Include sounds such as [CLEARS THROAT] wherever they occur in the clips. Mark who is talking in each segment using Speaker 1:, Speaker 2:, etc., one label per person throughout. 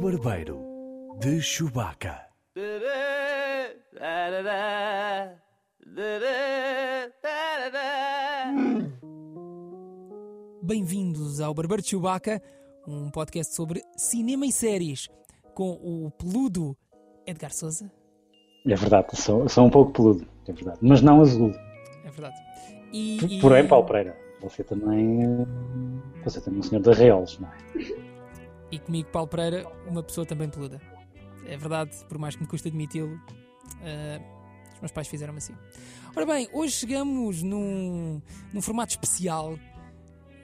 Speaker 1: Barbeiro de Chewbacca.
Speaker 2: Bem-vindos ao Barbeiro de Chewbacca, um podcast sobre cinema e séries, com o peludo Edgar Souza.
Speaker 3: É verdade, sou, sou um pouco peludo, é verdade. Mas não azul.
Speaker 2: É verdade. E, e-
Speaker 3: Porém, Paulo Pereira, você também. eh, Você também é um senhor de reales, não é?
Speaker 2: E comigo, Paulo Pereira, uma pessoa também peluda. É verdade, por mais que me custe admiti-lo, ah, os meus pais fizeram-me assim. Ora bem, hoje chegamos num, num formato especial.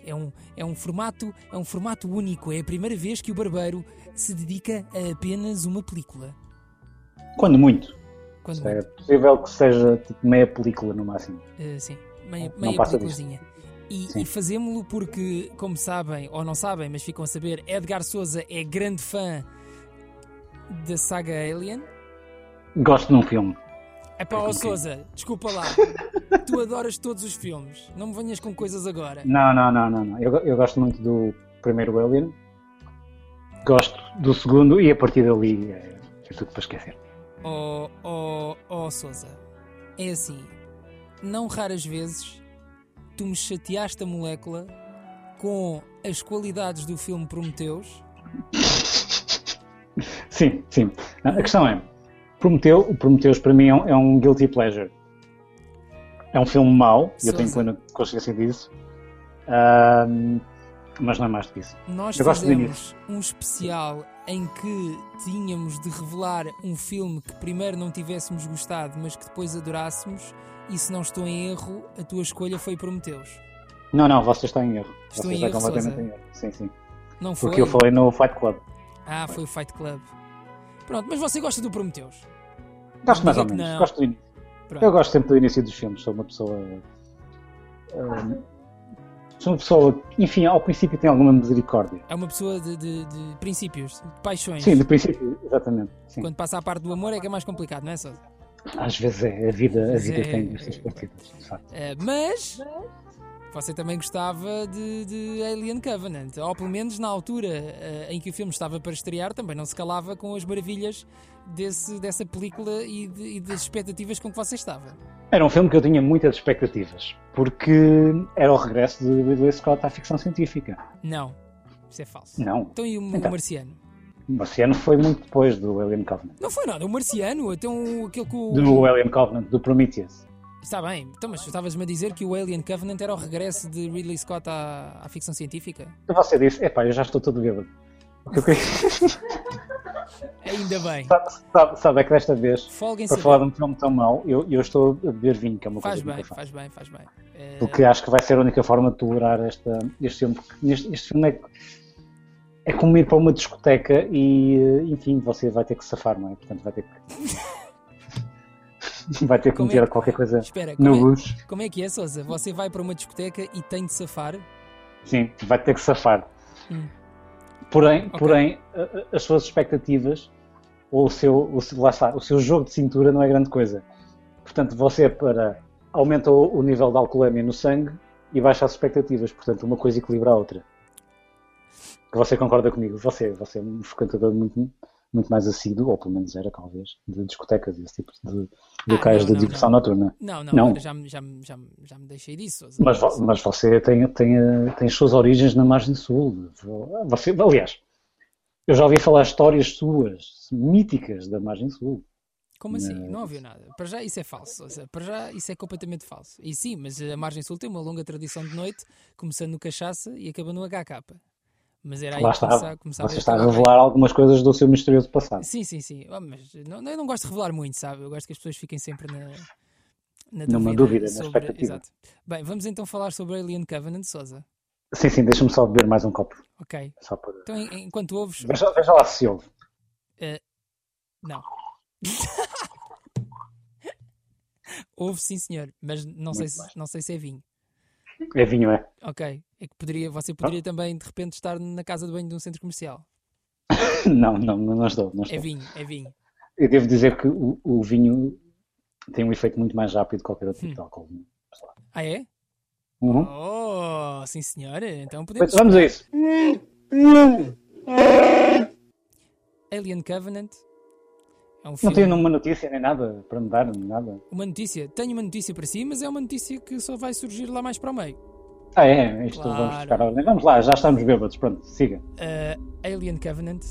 Speaker 2: É um, é, um formato, é um formato único. É a primeira vez que o Barbeiro se dedica a apenas uma película.
Speaker 3: Quando muito.
Speaker 2: Quando
Speaker 3: É possível que seja tipo meia película no máximo.
Speaker 2: Uh, sim, meia,
Speaker 3: Não
Speaker 2: meia
Speaker 3: passa
Speaker 2: peliculazinha. E,
Speaker 3: Sim.
Speaker 2: e fazemos-lo porque, como sabem, ou não sabem, mas ficam a saber, Edgar Souza é grande fã da saga Alien.
Speaker 3: Gosto de um filme.
Speaker 2: É para
Speaker 3: Ok.
Speaker 2: Souza, desculpa lá. tu adoras todos os filmes. Não me venhas com coisas agora.
Speaker 3: Não, não, não, não. não. Eu, go- eu gosto muito do primeiro Alien. Gosto do segundo e a partir dali é, é tudo para esquecer.
Speaker 2: Oh, oh, oh Souza, é assim. Não raras vezes tu me chateaste a molécula com as qualidades do filme Prometeus.
Speaker 3: Sim, sim. Não, a questão é: Prometeu, o Prometeus para mim é um, é um guilty pleasure. É um filme mau, e eu tenho
Speaker 2: Sousa.
Speaker 3: plena consciência disso. Ahm, mas não é mais do que isso.
Speaker 2: Nós
Speaker 3: Eu gosto do
Speaker 2: fizemos um especial em que tínhamos de revelar um filme que primeiro não tivéssemos gostado, mas que depois adorássemos. E se não estou em erro, a tua escolha foi Prometeus.
Speaker 3: Não, não, você está em erro.
Speaker 2: Estou
Speaker 3: você
Speaker 2: em
Speaker 3: está
Speaker 2: erro,
Speaker 3: completamente
Speaker 2: Sousa.
Speaker 3: em erro. Sim, sim.
Speaker 2: Não foi?
Speaker 3: Porque eu falei no Fight Club.
Speaker 2: Ah, foi o Fight Club. Pronto, mas você gosta do Prometeus.
Speaker 3: Gosto mais ou
Speaker 2: Diga que
Speaker 3: menos.
Speaker 2: não.
Speaker 3: Gosto do início.
Speaker 2: Pronto.
Speaker 3: Eu gosto sempre do início dos filmes. Sou uma pessoa. ahm, sou uma pessoa. que, Enfim, ao princípio tem alguma misericórdia.
Speaker 2: É uma pessoa de, de- de princípios, de paixões.
Speaker 3: Sim, do princípio, exatamente. Sim.
Speaker 2: Quando passa à parte do amor é que é mais complicado, não é, Sousa?
Speaker 3: Às vezes é, a vida, a
Speaker 2: Mas
Speaker 3: vida
Speaker 2: é-
Speaker 3: tem estas partidas, de facto.
Speaker 2: Eh, mas você também gostava de, de Alien Covenant, ou pelo menos na altura eh, em que o filme estava para estrear, também não se calava com as maravilhas desse- dessa película e, de- e das expectativas com que você estava.
Speaker 3: Era um filme que eu tinha muitas expectativas, porque era o regresso de Ridley Scott à ficção científica.
Speaker 2: Não, isso é falso.
Speaker 3: Não,
Speaker 2: Então e o, o
Speaker 3: Então.
Speaker 2: Marciano?
Speaker 3: o Marciano foi muito depois do Alien Covenant.
Speaker 2: Não foi nada, o Marciano, então aquele que o.
Speaker 3: Do Alien Covenant, do Prometheus.
Speaker 2: Está bem, então, mas tu estavas-me a dizer que o Alien Covenant era o regresso de Ridley Scott à, à ficção científica?
Speaker 3: Você disse, epá, eu já estou todo bêbado. O que eu queria... [LAUGHS]
Speaker 2: Ainda bem.
Speaker 3: sabe, sabe- sabe, é que desta vez,
Speaker 2: Folguem-se.
Speaker 3: para falar de um filme tão mau, eu, eu estou a beber vinho, que é uma
Speaker 2: Faz
Speaker 3: coisa que
Speaker 2: bem,
Speaker 3: nunca faço.
Speaker 2: faz bem, faz bem. Eh,
Speaker 3: Porque acho que vai ser a única forma de tolerar esta, este filme. Porque este, este filme é, é como ir para uma discoteca e, eh, enfim, você vai ter que safar, não é? Portanto, vai ter que.
Speaker 2: [LAUGHS]
Speaker 3: vai ter que
Speaker 2: Como é
Speaker 3: meter
Speaker 2: que-
Speaker 3: qualquer coisa
Speaker 2: Espera, como
Speaker 3: no
Speaker 2: é,
Speaker 3: bus.
Speaker 2: como é que é, Sousa? Você vai para uma discoteca e tem de safar?
Speaker 3: Sim, vai ter que safar.
Speaker 2: Hum.
Speaker 3: Porém,
Speaker 2: Ok.
Speaker 3: porém a- a- as suas expectativas ou o seu, o seu- lá está, o seu jogo de cintura não é grande coisa. Portanto, você para aumenta o, o nível de alcoolemia no sangue e baixa as expectativas. Portanto, uma coisa equilibra a outra. Você concorda comigo? Você, você é um frequentador muito, muito mais assíduo, ou pelo menos era, talvez, de discotecas e esse tipo de de locais
Speaker 2: Ah, não,
Speaker 3: de
Speaker 2: não,
Speaker 3: diversão noturna.
Speaker 2: Não, não,
Speaker 3: Não.
Speaker 2: agora já, me- já, me- já, me- já me deixei disso, Sousa.
Speaker 3: Mas, vo- mas você tem, tem, eh, tem as suas origens na margem sul. Você, aliás, eu já ouvi falar histórias suas, míticas da margem sul.
Speaker 2: Como assim?
Speaker 3: Não.
Speaker 2: Não ouviu nada. Para já isso é falso, Sousa. Para já isso é completamente falso. E sim, mas a Margem Sul tem uma longa tradição de noite, começando no cachaça e acabando no HK. Mas era aí
Speaker 3: Lá
Speaker 2: que
Speaker 3: está.
Speaker 2: começava- começava
Speaker 3: Você
Speaker 2: eu
Speaker 3: está a
Speaker 2: também.
Speaker 3: revelar algumas coisas do seu misterioso passado.
Speaker 2: é? Sim, sim, sim. Ah, mas não, não- eu não gosto de revelar muito, sabe? Eu gosto que as pessoas fiquem sempre na, na dúvida.
Speaker 3: Numa dúvida, na
Speaker 2: sobre-
Speaker 3: expectativa.
Speaker 2: Exato. Bem, vamos então falar sobre Alien Covenant, Sousa.
Speaker 3: Sim, sim, deixa-me só beber mais um copo.
Speaker 2: Ok.
Speaker 3: Só para...
Speaker 2: Então, en- enquanto ouves.
Speaker 3: veja, veja lá se se ouve.
Speaker 2: Não. Houve, sim, senhor, mas não sei,
Speaker 3: Muito
Speaker 2: se,
Speaker 3: bem.
Speaker 2: não sei se é vinho.
Speaker 3: É vinho, é? [LAUGHS]
Speaker 2: Ok. É que poderia,
Speaker 3: Ah.
Speaker 2: você poderia também, de repente, estar na casa de banho de um centro comercial.
Speaker 3: Não, não, não, não estou. Não
Speaker 2: É
Speaker 3: estou.
Speaker 2: vinho, é vinho.
Speaker 3: Eu devo dizer que o, o vinho tem um efeito muito mais rápido que qualquer
Speaker 2: Hum.
Speaker 3: outro tipo de álcool.
Speaker 2: Ah, é?
Speaker 3: Uhum.
Speaker 2: Oh, sim, senhor. Então podemos.
Speaker 3: Pois, Vamos a isso.
Speaker 2: Alien Covenant. É um
Speaker 3: Não
Speaker 2: filme.
Speaker 3: tenho nenhuma notícia nem nada para me dar, nem nada.
Speaker 2: Uma notícia. Tenho uma notícia para si, mas é uma notícia que só vai surgir lá mais para o meio.
Speaker 3: Ah, é, isto
Speaker 2: Claro.
Speaker 3: vamos ficar a ordem. Vamos lá, já estamos bêbados, pronto, siga.
Speaker 2: Uh, Alien Covenant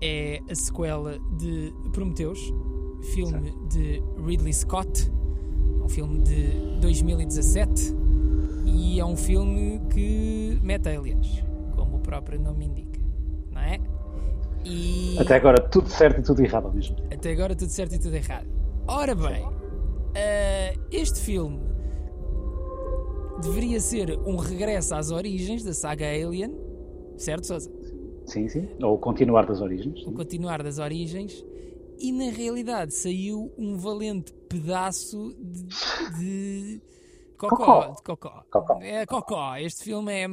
Speaker 2: é a sequela de Prometheus, filme de Ridley Scott, é um filme de 2017 e é um filme que mete aliens, como o próprio nome indica, não é? E
Speaker 3: Até agora tudo certo e tudo errado ao mesmo. tempo.
Speaker 2: até agora tudo certo e tudo errado. Ora bem, eh, este filme deveria ser um regresso às origens da saga Alien, certo, Sousa?
Speaker 3: Sim, sim. Ou continuar das origens.
Speaker 2: o
Speaker 3: sim.
Speaker 2: continuar das origens e na realidade saiu um valente pedaço de, de cocó,
Speaker 3: Cocó.
Speaker 2: de cocó.
Speaker 3: Cocó.
Speaker 2: É cocó. Este filme é,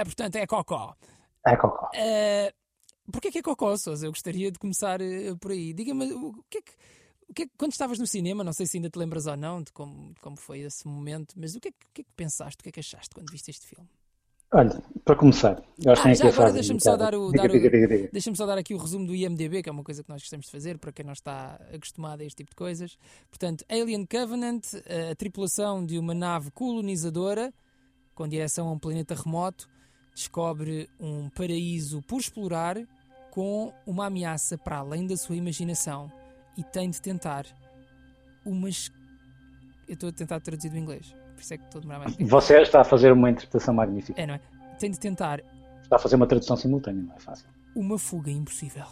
Speaker 2: é portanto, é cocó.
Speaker 3: É cocó.
Speaker 2: Ah, Porquê que é cocó, Sousa? Eu gostaria de começar eh, por aí. Diga-me, o o que é que... o que é que- quando estavas no cinema, não sei se ainda te lembras ou não de como, de como foi esse momento, mas o que, é que, o que é que pensaste, o que é que achaste quando viste este filme?
Speaker 3: Olha, para começar, eu
Speaker 2: Ah,
Speaker 3: acho que nem
Speaker 2: já
Speaker 3: aqui a
Speaker 2: agora
Speaker 3: frase
Speaker 2: deixa-me
Speaker 3: indicada.
Speaker 2: só dar o-
Speaker 3: Diga,
Speaker 2: dar o-
Speaker 3: diga, diga, diga.
Speaker 2: Deixa-me só dar aqui o resumo do IMDB, que é uma coisa que nós gostamos de fazer, para quem não está acostumado a este tipo de coisas. Portanto, Alien Covenant, eh, a tripulação de uma nave colonizadora com direção a um planeta remoto, descobre um paraíso por explorar com uma ameaça para além da sua imaginação e tem de tentar umas. Eu estou a tentar traduzir do inglês, por isso é que estou a demorar mais tempo.
Speaker 3: Você está a fazer uma interpretação magnífica.
Speaker 2: É, não é? Tem de tentar
Speaker 3: Está a fazer uma tradução simultânea, não é fácil.
Speaker 2: Uma fuga impossível.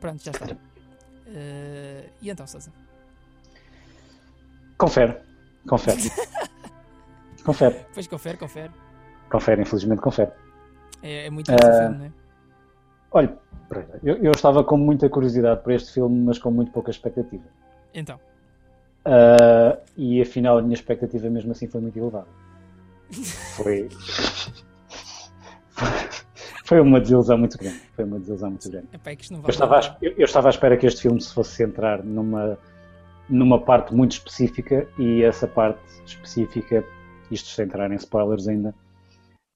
Speaker 2: Pronto, já está. Eh, e então, Sousa?
Speaker 3: Confere,
Speaker 2: [LAUGHS]
Speaker 3: confere. confere,
Speaker 2: Depois confere, confere.
Speaker 3: confere, infelizmente confere.
Speaker 2: É, é muito difícil, filme, não é?
Speaker 3: Olha, Pereira, eu, eu estava com muita curiosidade para este filme, mas com muito pouca expectativa.
Speaker 2: Então,
Speaker 3: Ah, e afinal, a minha expectativa mesmo assim foi muito elevada. Foi. [LAUGHS] foi uma desilusão muito grande. Foi uma desilusão muito grande.
Speaker 2: epá, é que isto não
Speaker 3: Eu
Speaker 2: vale.
Speaker 3: estava, à, eu- eu estava à espera que este filme se fosse centrar numa, numa parte muito específica e essa parte específica, isto sem entrar em spoilers ainda,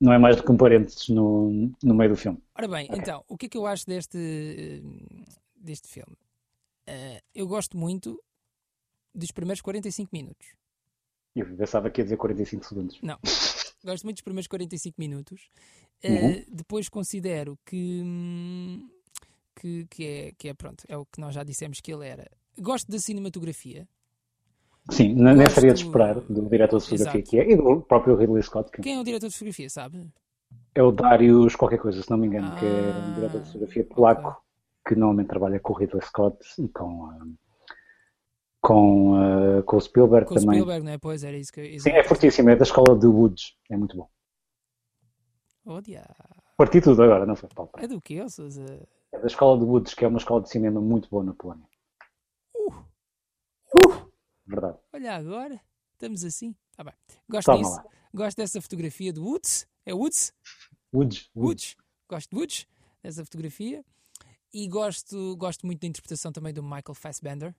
Speaker 3: não é mais do que um parênteses no, no meio do filme.
Speaker 2: Ora bem, então, o que é que eu acho deste, eh, deste filme? Eh, eu gosto muito dos primeiros 45 minutos.
Speaker 3: Eu pensava que ia dizer 45 segundos.
Speaker 2: Gosto muito dos primeiros 45 minutos.
Speaker 3: Uhum.
Speaker 2: Uh, depois considero que, hum, que, que, é, que é pronto, é o que nós já dissemos que ele era. Gosto da cinematografia.
Speaker 3: Sim, nem nem
Speaker 2: Gosto-
Speaker 3: seria de esperar do diretor de fotografia
Speaker 2: Exato.
Speaker 3: que é e do próprio Ridley Scott, que um
Speaker 2: Quem é o diretor de fotografia, sabe?
Speaker 3: é o Darius qualquer coisa, se não me engano, que é
Speaker 2: Ah,
Speaker 3: um diretor de fotografia polaco que normalmente trabalha com o Ridley Scott e com, ah, com, ah, com o Spielberg
Speaker 2: Com o
Speaker 3: também.
Speaker 2: Spielberg, não é? Pois era isso que eu.
Speaker 3: Sim, é fortíssimo, é da escola de Woods, é muito bom.
Speaker 2: Odia.
Speaker 3: Parti tudo agora, não foi, Paulo?
Speaker 2: Oh, É do que, Sousa?
Speaker 3: É da escola de Woods, que é uma escola de cinema muito boa na Polónia, É
Speaker 2: Uh,
Speaker 3: verdade.
Speaker 2: olha agora. Estamos assim. Tá bem. Gosto
Speaker 3: Toma
Speaker 2: disso.
Speaker 3: lá.
Speaker 2: Gosto dessa fotografia de Woods. É Woods?
Speaker 3: Woods, Woods.
Speaker 2: Woods. Gosto de Woods, dessa fotografia. E gosto, gosto muito da interpretação também do Michael Fassbender.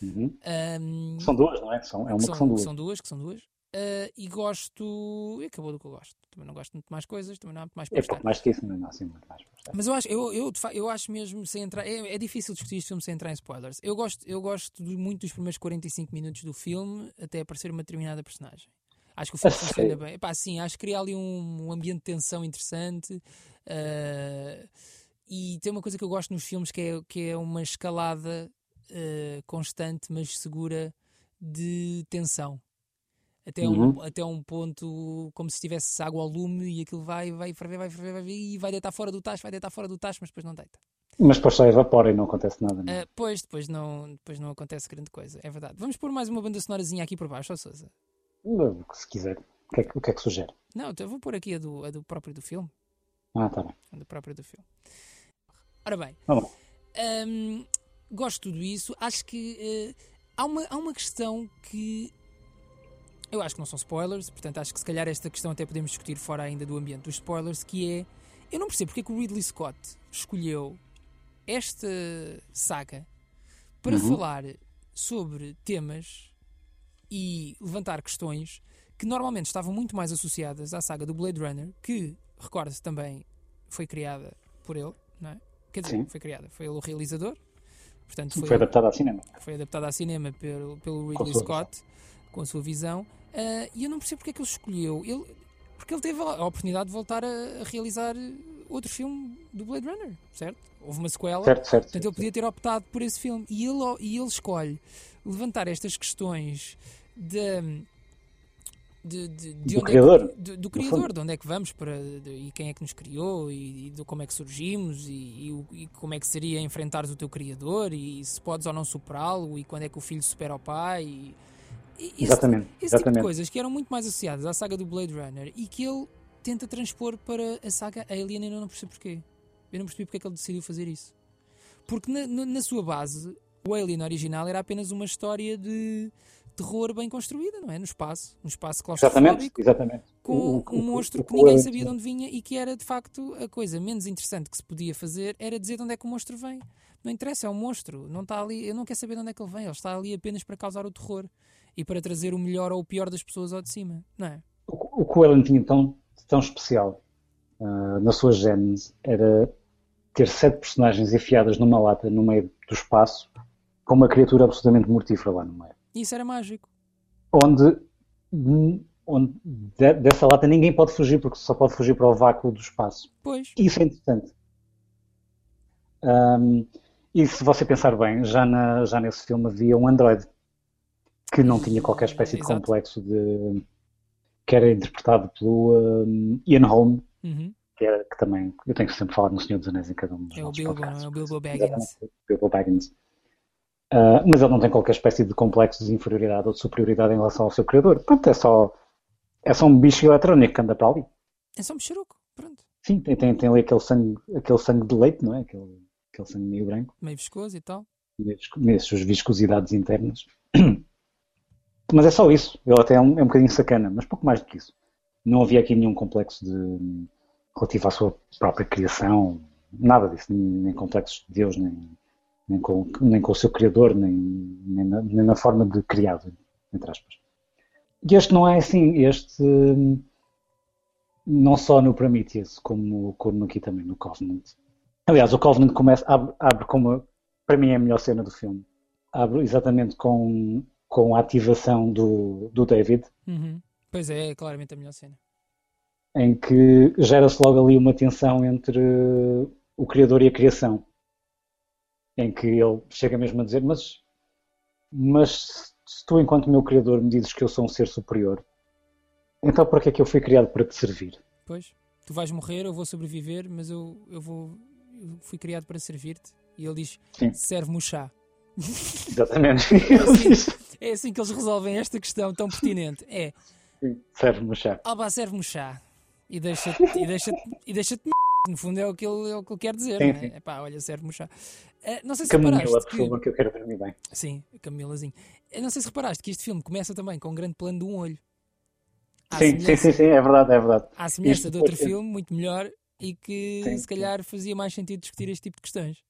Speaker 3: Uhum.
Speaker 2: Ahm,
Speaker 3: São duas, não é? São, é uma
Speaker 2: que são,
Speaker 3: que são duas.
Speaker 2: que são duas, que são duas. Ah, e gosto. E acabou do que eu gosto. Também não gosto de muito mais coisas, também não há muito mais para
Speaker 3: É
Speaker 2: gostar.
Speaker 3: pouco mais que isso, não é assim muito mais.
Speaker 2: Mas eu acho, eu, eu, de fa- eu acho mesmo sem entrar. É, é difícil discutir este filme sem entrar em spoilers. Eu gosto, eu gosto de- muito dos primeiros 45 minutos do filme até aparecer uma determinada personagem. Acho que o filme
Speaker 3: [LAUGHS] A
Speaker 2: funciona
Speaker 3: sério?
Speaker 2: bem. Epá, sim, acho que cria ali um, um ambiente de tensão interessante. ah, e tem uma coisa que eu gosto nos filmes que é, que é uma escalada ah, constante, mas segura de tensão. Até, um,
Speaker 3: Uhum.
Speaker 2: até um ponto como se estivesse água ao lume e aquilo vai, vai ferver, vai ferver, vai ferver e vai deitar fora do tacho, vai deitar fora do tacho, mas depois não deita.
Speaker 3: Mas depois só evapora e não acontece nada, não é?
Speaker 2: Ah, pois, depois não, depois não acontece grande coisa, é verdade. Vamos pôr mais uma banda sonorazinha aqui por baixo, ó Sousa.
Speaker 3: Se quiser. O que é que, o que é que sugere?
Speaker 2: Não, então eu vou pôr aqui a do, a do próprio do filme.
Speaker 3: Ah, tá bem.
Speaker 2: A do próprio do filme. Ora bem,
Speaker 3: Vamos lá.
Speaker 2: Hum, gosto de tudo isso. Acho que eh, há, uma, há uma questão que. Eu acho que não são spoilers, portanto acho que se calhar esta questão até podemos discutir fora ainda do ambiente dos spoilers, que é. Eu não percebo porque é que o Ridley Scott escolheu esta saga para
Speaker 3: Uhum.
Speaker 2: falar sobre temas e levantar questões que normalmente estavam muito mais associadas à saga do Blade Runner, que, recorde-se também, foi criada por ele, não é? Quer dizer,
Speaker 3: Sim.
Speaker 2: foi criada, foi ele o realizador. Portanto,
Speaker 3: Foi adaptado ao cinema.
Speaker 2: foi adaptada a cinema pelo, pelo
Speaker 3: Com
Speaker 2: Ridley
Speaker 3: sua
Speaker 2: Scott, com a sua visão, ah, e eu não percebo porque é que ele escolheu. Ele, porque ele teve a a oportunidade de voltar a, a realizar outro filme do Blade Runner, certo? Houve uma sequela,
Speaker 3: Certo, certo.
Speaker 2: portanto ele
Speaker 3: certo.
Speaker 2: podia ter optado por esse filme. E ele, e ele escolhe levantar estas questões da- de. De, de,
Speaker 3: Do
Speaker 2: onde é que-
Speaker 3: criador,
Speaker 2: do, do
Speaker 3: fundo.
Speaker 2: criador, de onde é que vamos para, de- e quem é que nos criou e, e de como é que surgimos e, e o- e como é que seria enfrentares o teu criador e se podes ou não superá-lo e quando é que o filho supera o pai e, e esse-
Speaker 3: Exatamente,
Speaker 2: esse tipo de
Speaker 3: exatamente.
Speaker 2: coisas que eram muito mais associadas à saga do Blade Runner e que ele tenta transpor para a saga Alien e eu não percebo porquê. Eu não percebi porque é que ele decidiu fazer isso. Porque na, na- na sua base, o Alien original era apenas uma história de terror bem construída, não é? No espaço. Um espaço
Speaker 3: Exatamente,
Speaker 2: claustrofóbico
Speaker 3: exatamente.
Speaker 2: com
Speaker 3: O- o-
Speaker 2: um
Speaker 3: o-
Speaker 2: monstro
Speaker 3: o-
Speaker 2: que
Speaker 3: o-
Speaker 2: ninguém
Speaker 3: o-
Speaker 2: sabia de onde vinha e que era de facto a coisa menos interessante que se podia fazer era dizer de onde é que o monstro vem. Não interessa, é um monstro, não está ali, eu não quero saber de onde é que ele vem, ele está ali apenas para causar o terror e para trazer o melhor ou o pior das pessoas ao de cima, não é?
Speaker 3: O, o que o Ellen tinha tão, tão especial ah, na sua gênese era ter sete personagens enfiadas numa lata no meio do espaço com uma criatura absolutamente mortífera lá no meio.
Speaker 2: E isso era mágico.
Speaker 3: Onde, hum, onde de- dessa lata ninguém pode fugir porque só pode fugir para o vácuo do espaço.
Speaker 2: Pois,
Speaker 3: Isso é interessante. Ahm, e se você pensar bem, já, na- já nesse filme havia um androide que não tinha qualquer espécie de
Speaker 2: Exato.
Speaker 3: complexo de que era interpretado pelo ahm, Ian Holm,
Speaker 2: Uhum.
Speaker 3: que, era, que também eu tenho que sempre falar no Senhor dos Anéis em cada um dos
Speaker 2: é o
Speaker 3: nossos
Speaker 2: Bilbo, não
Speaker 3: podcasts.
Speaker 2: é o Bilbo Baggins.
Speaker 3: Exatamente, Bilbo Baggins. Ah, mas ele não tem qualquer espécie de complexo de inferioridade ou de superioridade em relação ao seu criador. Pronto, é só, é só um bicho eletrónico que anda para ali.
Speaker 2: É só um mexeruco, pronto.
Speaker 3: Sim, tem, tem, tem ali aquele sangue, aquele sangue de leite, não é? Aquele, aquele sangue meio branco,
Speaker 2: Meio viscoso e tal.
Speaker 3: nessas viscosidades internas. [CLEARS THROAT] Mas é só isso. Ele até é um, é um bocadinho sacana, mas pouco mais do que isso. Não havia aqui nenhum complexo de, relativo à sua própria criação, nada disso, nem, nem complexos de Deus, nem, nem, com, nem com o seu criador, nem, nem, na, nem na forma de criado, entre aspas. E este não é assim, este hum, não só no Prometheus, como, como aqui também no Covenant. Aliás, o Covenant começa, abre, abre com uma, para mim é a melhor cena do filme. Abre exatamente com, com a ativação do, do David,
Speaker 2: Uhum. Pois é, é claramente a melhor cena.
Speaker 3: em que gera-se logo ali uma tensão entre o criador e a criação, em que ele chega mesmo a dizer, mas, mas se tu enquanto meu criador me dizes que eu sou um ser superior, então para que é que eu fui criado para te servir? [LAUGHS]
Speaker 2: Pois, tu vais morrer, eu vou sobreviver, mas eu, eu vou. Eu fui criado para servir-te. E ele diz:
Speaker 3: Sim.
Speaker 2: serve-me o chá.
Speaker 3: Exatamente.
Speaker 2: É assim que eles resolvem esta questão tão pertinente. É,
Speaker 3: Serve-me o chá.
Speaker 2: Alba, serve-me um chá e deixa-te e deixa e deixa no fundo é o que ele, é o que ele quer dizer,
Speaker 3: Sim,
Speaker 2: não
Speaker 3: sim.
Speaker 2: é? Epá, olha, serve-me um chá. Ah, não sei se
Speaker 3: Camomila,
Speaker 2: reparaste
Speaker 3: por
Speaker 2: que-
Speaker 3: favor, que eu quero dormir bem.
Speaker 2: Sim, Camilazinho. Eu não sei se reparaste que este filme começa também com um grande plano de um olho. À
Speaker 3: Sim, sim,
Speaker 2: semelhança-
Speaker 3: sim, sim, é verdade, é verdade.
Speaker 2: À semelhança
Speaker 3: Isto
Speaker 2: de outro
Speaker 3: foi-
Speaker 2: filme, muito melhor, e que
Speaker 3: Sim,
Speaker 2: se
Speaker 3: sim.
Speaker 2: calhar fazia mais sentido discutir este tipo de questões.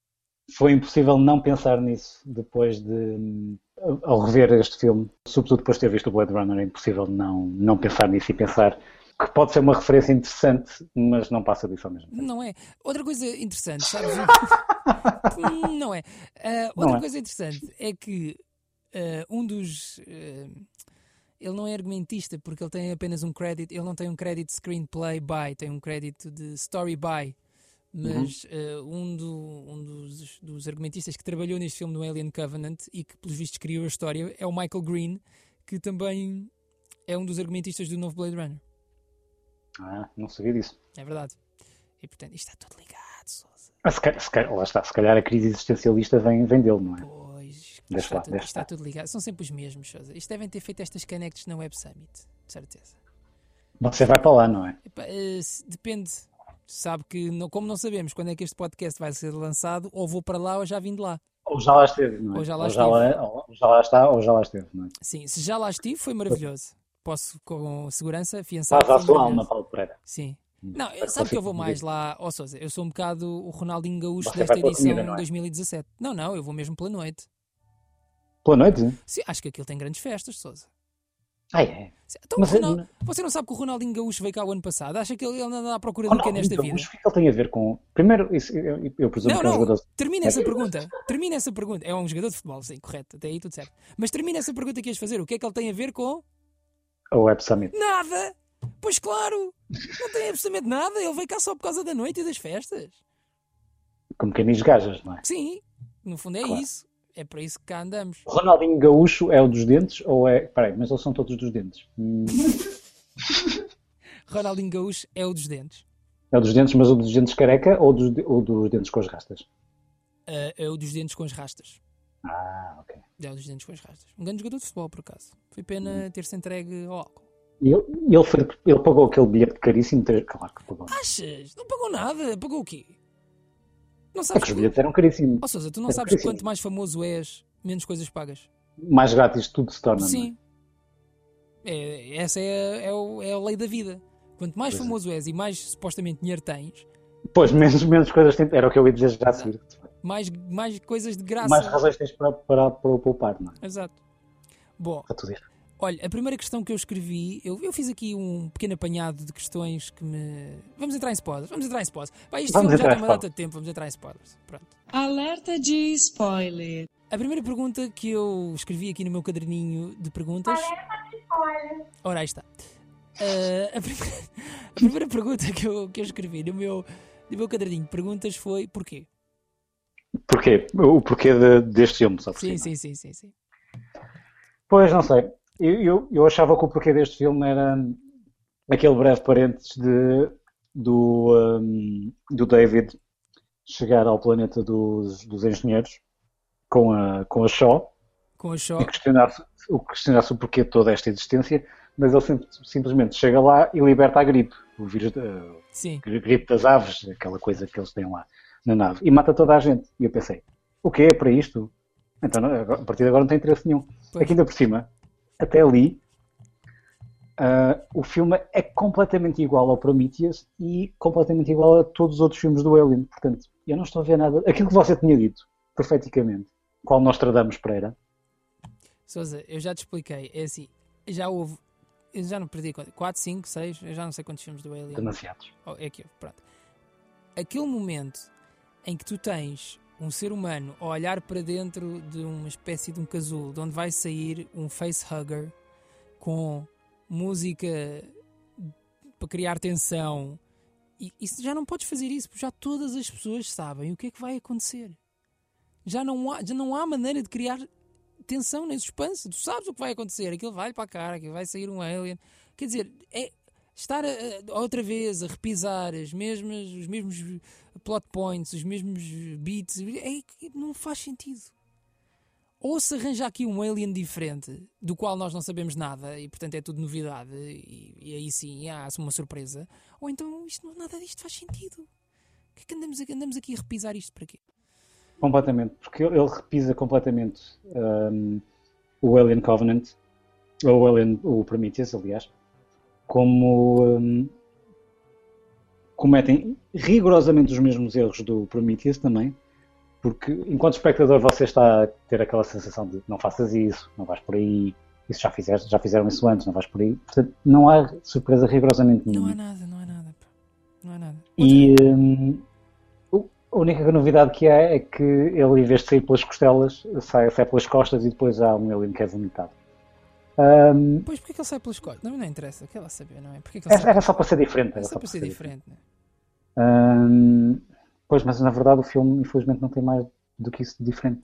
Speaker 3: Foi impossível não pensar nisso depois de. hum, ao rever este filme, sobretudo depois de ter visto o Blade Runner, é impossível não, não pensar nisso e pensar que pode ser uma referência interessante, mas não passa disso ao mesmo tempo.
Speaker 2: Não é. Outra coisa
Speaker 3: [LAUGHS]
Speaker 2: interessante, sabes? Hum, não é. Ah, outra
Speaker 3: Não é.
Speaker 2: coisa interessante é que ah, um dos. ah, ele não é argumentista porque ele tem apenas um crédito. Ele não tem um crédito de screenplay by, tem um crédito de story by.
Speaker 3: Uhum.
Speaker 2: Mas ah, um, do- um dos, dos argumentistas que trabalhou neste filme do Alien Covenant e que, pelos vistos, criou a história é o Michael Green, que também é um dos argumentistas do novo Blade Runner.
Speaker 3: Ah, não sabia disso.
Speaker 2: É verdade. E portanto, isto está tudo ligado, Sousa.
Speaker 3: Ah, se calhar, se calhar- lá está, se calhar a crise existencialista vem, vem dele, não é?
Speaker 2: Pois,
Speaker 3: Deixa
Speaker 2: está,
Speaker 3: lá,
Speaker 2: tudo,
Speaker 3: deixa
Speaker 2: está
Speaker 3: lá.
Speaker 2: tudo ligado. São sempre os mesmos, Sousa. Isto devem ter feito estas connects na Web Summit, de certeza.
Speaker 3: Você vai para lá, não é?
Speaker 2: Epá, eh, se- depende. Sabe que, não- como não sabemos quando é que este podcast vai ser lançado, ou vou para lá ou já vim de lá.
Speaker 3: Ou já lá esteve, não é?
Speaker 2: Ou já lá
Speaker 3: ou- ou já lá está, ou já lá esteve, não é?
Speaker 2: Sim, se já lá estive, foi maravilhoso. Posso, com segurança, afiançar.
Speaker 3: Faz à
Speaker 2: foi
Speaker 3: sua alma,
Speaker 2: maravilhoso.
Speaker 3: Paulo Pereira.
Speaker 2: Sim.
Speaker 3: Hum,
Speaker 2: Não, eh,
Speaker 3: espero que
Speaker 2: sabe que
Speaker 3: você
Speaker 2: eu vou
Speaker 3: tenha
Speaker 2: mais
Speaker 3: dito.
Speaker 2: lá, ó Sousa, eu sou um bocado o Ronaldinho Gaúcho
Speaker 3: Você
Speaker 2: desta
Speaker 3: vai pela
Speaker 2: edição
Speaker 3: comida, não é?
Speaker 2: 2017. Não, não, eu vou mesmo pela noite.
Speaker 3: Boa noite.
Speaker 2: Sim, acho que aquilo tem grandes festas, Sousa.
Speaker 3: Ah, é.
Speaker 2: Então,
Speaker 3: Mas
Speaker 2: o Ronal-
Speaker 3: é-
Speaker 2: você não sabe que o Ronaldinho Gaúcho veio cá o ano passado? Acha que ele, ele anda à procura do que
Speaker 3: Ronaldo
Speaker 2: nesta
Speaker 3: Gaúcho,
Speaker 2: vida?
Speaker 3: O que é que ele tem a ver com. Primeiro, isso, eu, eu presumo
Speaker 2: Não,
Speaker 3: que é um
Speaker 2: não,
Speaker 3: jogador.
Speaker 2: termina essa pergunta. Termina essa pergunta. É um jogador de futebol, sim, correto. Até aí tudo certo. Mas termina essa pergunta que ias fazer. O que é que ele tem a ver com.
Speaker 3: O Web Summit.
Speaker 2: Nada! Pois claro! Não tem absolutamente nada. Ele veio cá só por causa da noite e das festas.
Speaker 3: Como quem diz gajas, não é?
Speaker 2: Sim, no fundo é
Speaker 3: Claro.
Speaker 2: isso. É para isso que cá andamos.
Speaker 3: O Ronaldinho Gaúcho é o dos dentes ou é. Peraí, mas eles são todos dos dentes. Hum,
Speaker 2: Ronaldinho Gaúcho é o dos dentes.
Speaker 3: é o dos dentes, mas o dos dentes careca ou dos, de- ou dos dentes com as rastas?
Speaker 2: Ah, é o dos dentes com as rastas.
Speaker 3: Ah, ok.
Speaker 2: É o dos dentes com as rastas. Um grande jogador de futebol, por acaso. Foi
Speaker 3: Hum.
Speaker 2: pena ter-se entregue ao álcool.
Speaker 3: E Ele, e ele, foi, ele pagou aquele bilhete caríssimo. três- Claro que pagou.
Speaker 2: Achas? Não pagou nada. Pagou o quê? Não
Speaker 3: É
Speaker 2: sabes.
Speaker 3: que
Speaker 2: que-
Speaker 3: os bilhetes eram caríssimos.
Speaker 2: Ó Sousa, tu não
Speaker 3: Era
Speaker 2: sabes que
Speaker 3: caríssimo.
Speaker 2: quanto mais famoso és, menos coisas pagas.
Speaker 3: Mais grátis tudo se torna, não é?
Speaker 2: Sim. É- essa é, a- é, o- é a lei da vida. Quanto mais
Speaker 3: Pois é.
Speaker 2: famoso és e mais supostamente dinheiro tens,
Speaker 3: Pois, menos, menos coisas tem. Era o que eu ia dizer já a seguir.
Speaker 2: mais, mais coisas de graça.
Speaker 3: Mais razões tens para, para, para poupar, não é?
Speaker 2: Exato. Bom,
Speaker 3: Para tudo isso.
Speaker 2: Olha, a primeira questão que eu escrevi, eu, eu fiz aqui um pequeno apanhado de questões que me. Vamos entrar em spoilers, vamos entrar em spoilers. Pá, este filme
Speaker 3: Vamos
Speaker 2: já
Speaker 3: entrar
Speaker 2: tem
Speaker 3: em
Speaker 2: uma data de tempo, vamos entrar em spoilers. Pronto.
Speaker 4: Alerta de spoiler.
Speaker 2: A primeira pergunta que eu escrevi aqui no meu caderninho de perguntas. Ora, aí está. Ah, a, primeira, [LAUGHS] a primeira pergunta que eu, que eu escrevi no meu, no meu caderninho de perguntas foi porquê?
Speaker 3: Porquê? O porquê de- deste filme, só por
Speaker 2: Sim,
Speaker 3: cima.
Speaker 2: sim, sim, sim, sim.
Speaker 3: Pois, não sei. Eu, eu, eu achava que o porquê deste filme era aquele breve parênteses de, do, hum, do David chegar ao planeta dos, dos engenheiros com a, com a Shaw
Speaker 2: Com a [LAUGHS]
Speaker 3: e
Speaker 2: choque.
Speaker 3: questionar-se o, questionar o porquê de toda esta existência, mas ele sim- simplesmente chega lá e liberta a gripe, o vírus, da-
Speaker 2: Sim.
Speaker 3: gri- gripe das aves, aquela coisa que eles têm lá na nave, e mata toda a gente. E eu pensei, o que é para isto? Então, não- agora- a partir de agora não tem interesse nenhum.
Speaker 2: Pois.
Speaker 3: Aqui ainda por cima, até ali, ah, o filme é completamente igual ao Prometheus e completamente igual a todos os outros filmes do Alien. Portanto, eu não estou a ver nada. Aquilo que você tinha dito, perfeitamente, qual nós tradamos Pereira,
Speaker 2: Souza, eu já te expliquei. É assim, já houve. Eu já não perdi a conta. 4, 5, 6, eu já não sei quantos filmes do Alien.
Speaker 3: demasiados.
Speaker 2: Oh, é que houve, pronto. Aquele momento em que tu tens um ser humano a olhar para dentro de uma espécie de um casulo, de onde vai sair um facehugger com música para criar tensão. E isso já não podes fazer isso, porque já todas as pessoas sabem o que é que vai acontecer. Já não há, já não há maneira de criar tensão nem suspense. Tu sabes o que vai acontecer, aquilo vai para a cara, aquilo vai sair um alien. Quer dizer, é estar a- a- outra vez a repisar as mesmas, os mesmos plot points, os mesmos beats, é que não faz sentido. Ou se arranja aqui um alien diferente, do qual nós não sabemos nada, e portanto é tudo novidade, e, e aí sim há uma surpresa, ou então isto, não- nada disto faz sentido. O que é que andamos, a- andamos aqui a repisar isto para quê?
Speaker 3: Completamente, porque ele ele repisa completamente hum, o Alien Covenant, ou o Alien, o Prometheus, aliás, como hum, cometem rigorosamente os mesmos erros do Prometheus também, porque enquanto espectador você está a ter aquela sensação de não faças isso, não vais por aí, isso já fizeste, já fizeram isso antes, não vais por aí, portanto não há surpresa rigorosamente
Speaker 2: Não há
Speaker 3: nenhuma.
Speaker 2: nada, não há nada. pá. Não há nada.
Speaker 3: Hum. E hum, o- a única novidade que há é que ele, em vez de sair pelas costelas, sai, sai pelas costas e depois há um alien que é vomitado. Hum,
Speaker 2: Pois porque é que ele sai pelas costas? Não, não interessa, quer lá saber, não é? Porque é que ele
Speaker 3: era
Speaker 2: sai
Speaker 3: era só para ser diferente.
Speaker 2: É
Speaker 3: Era
Speaker 2: só para ser diferente, né?
Speaker 3: Hum, pois, mas na verdade o filme, infelizmente, não tem mais do que isso de diferente.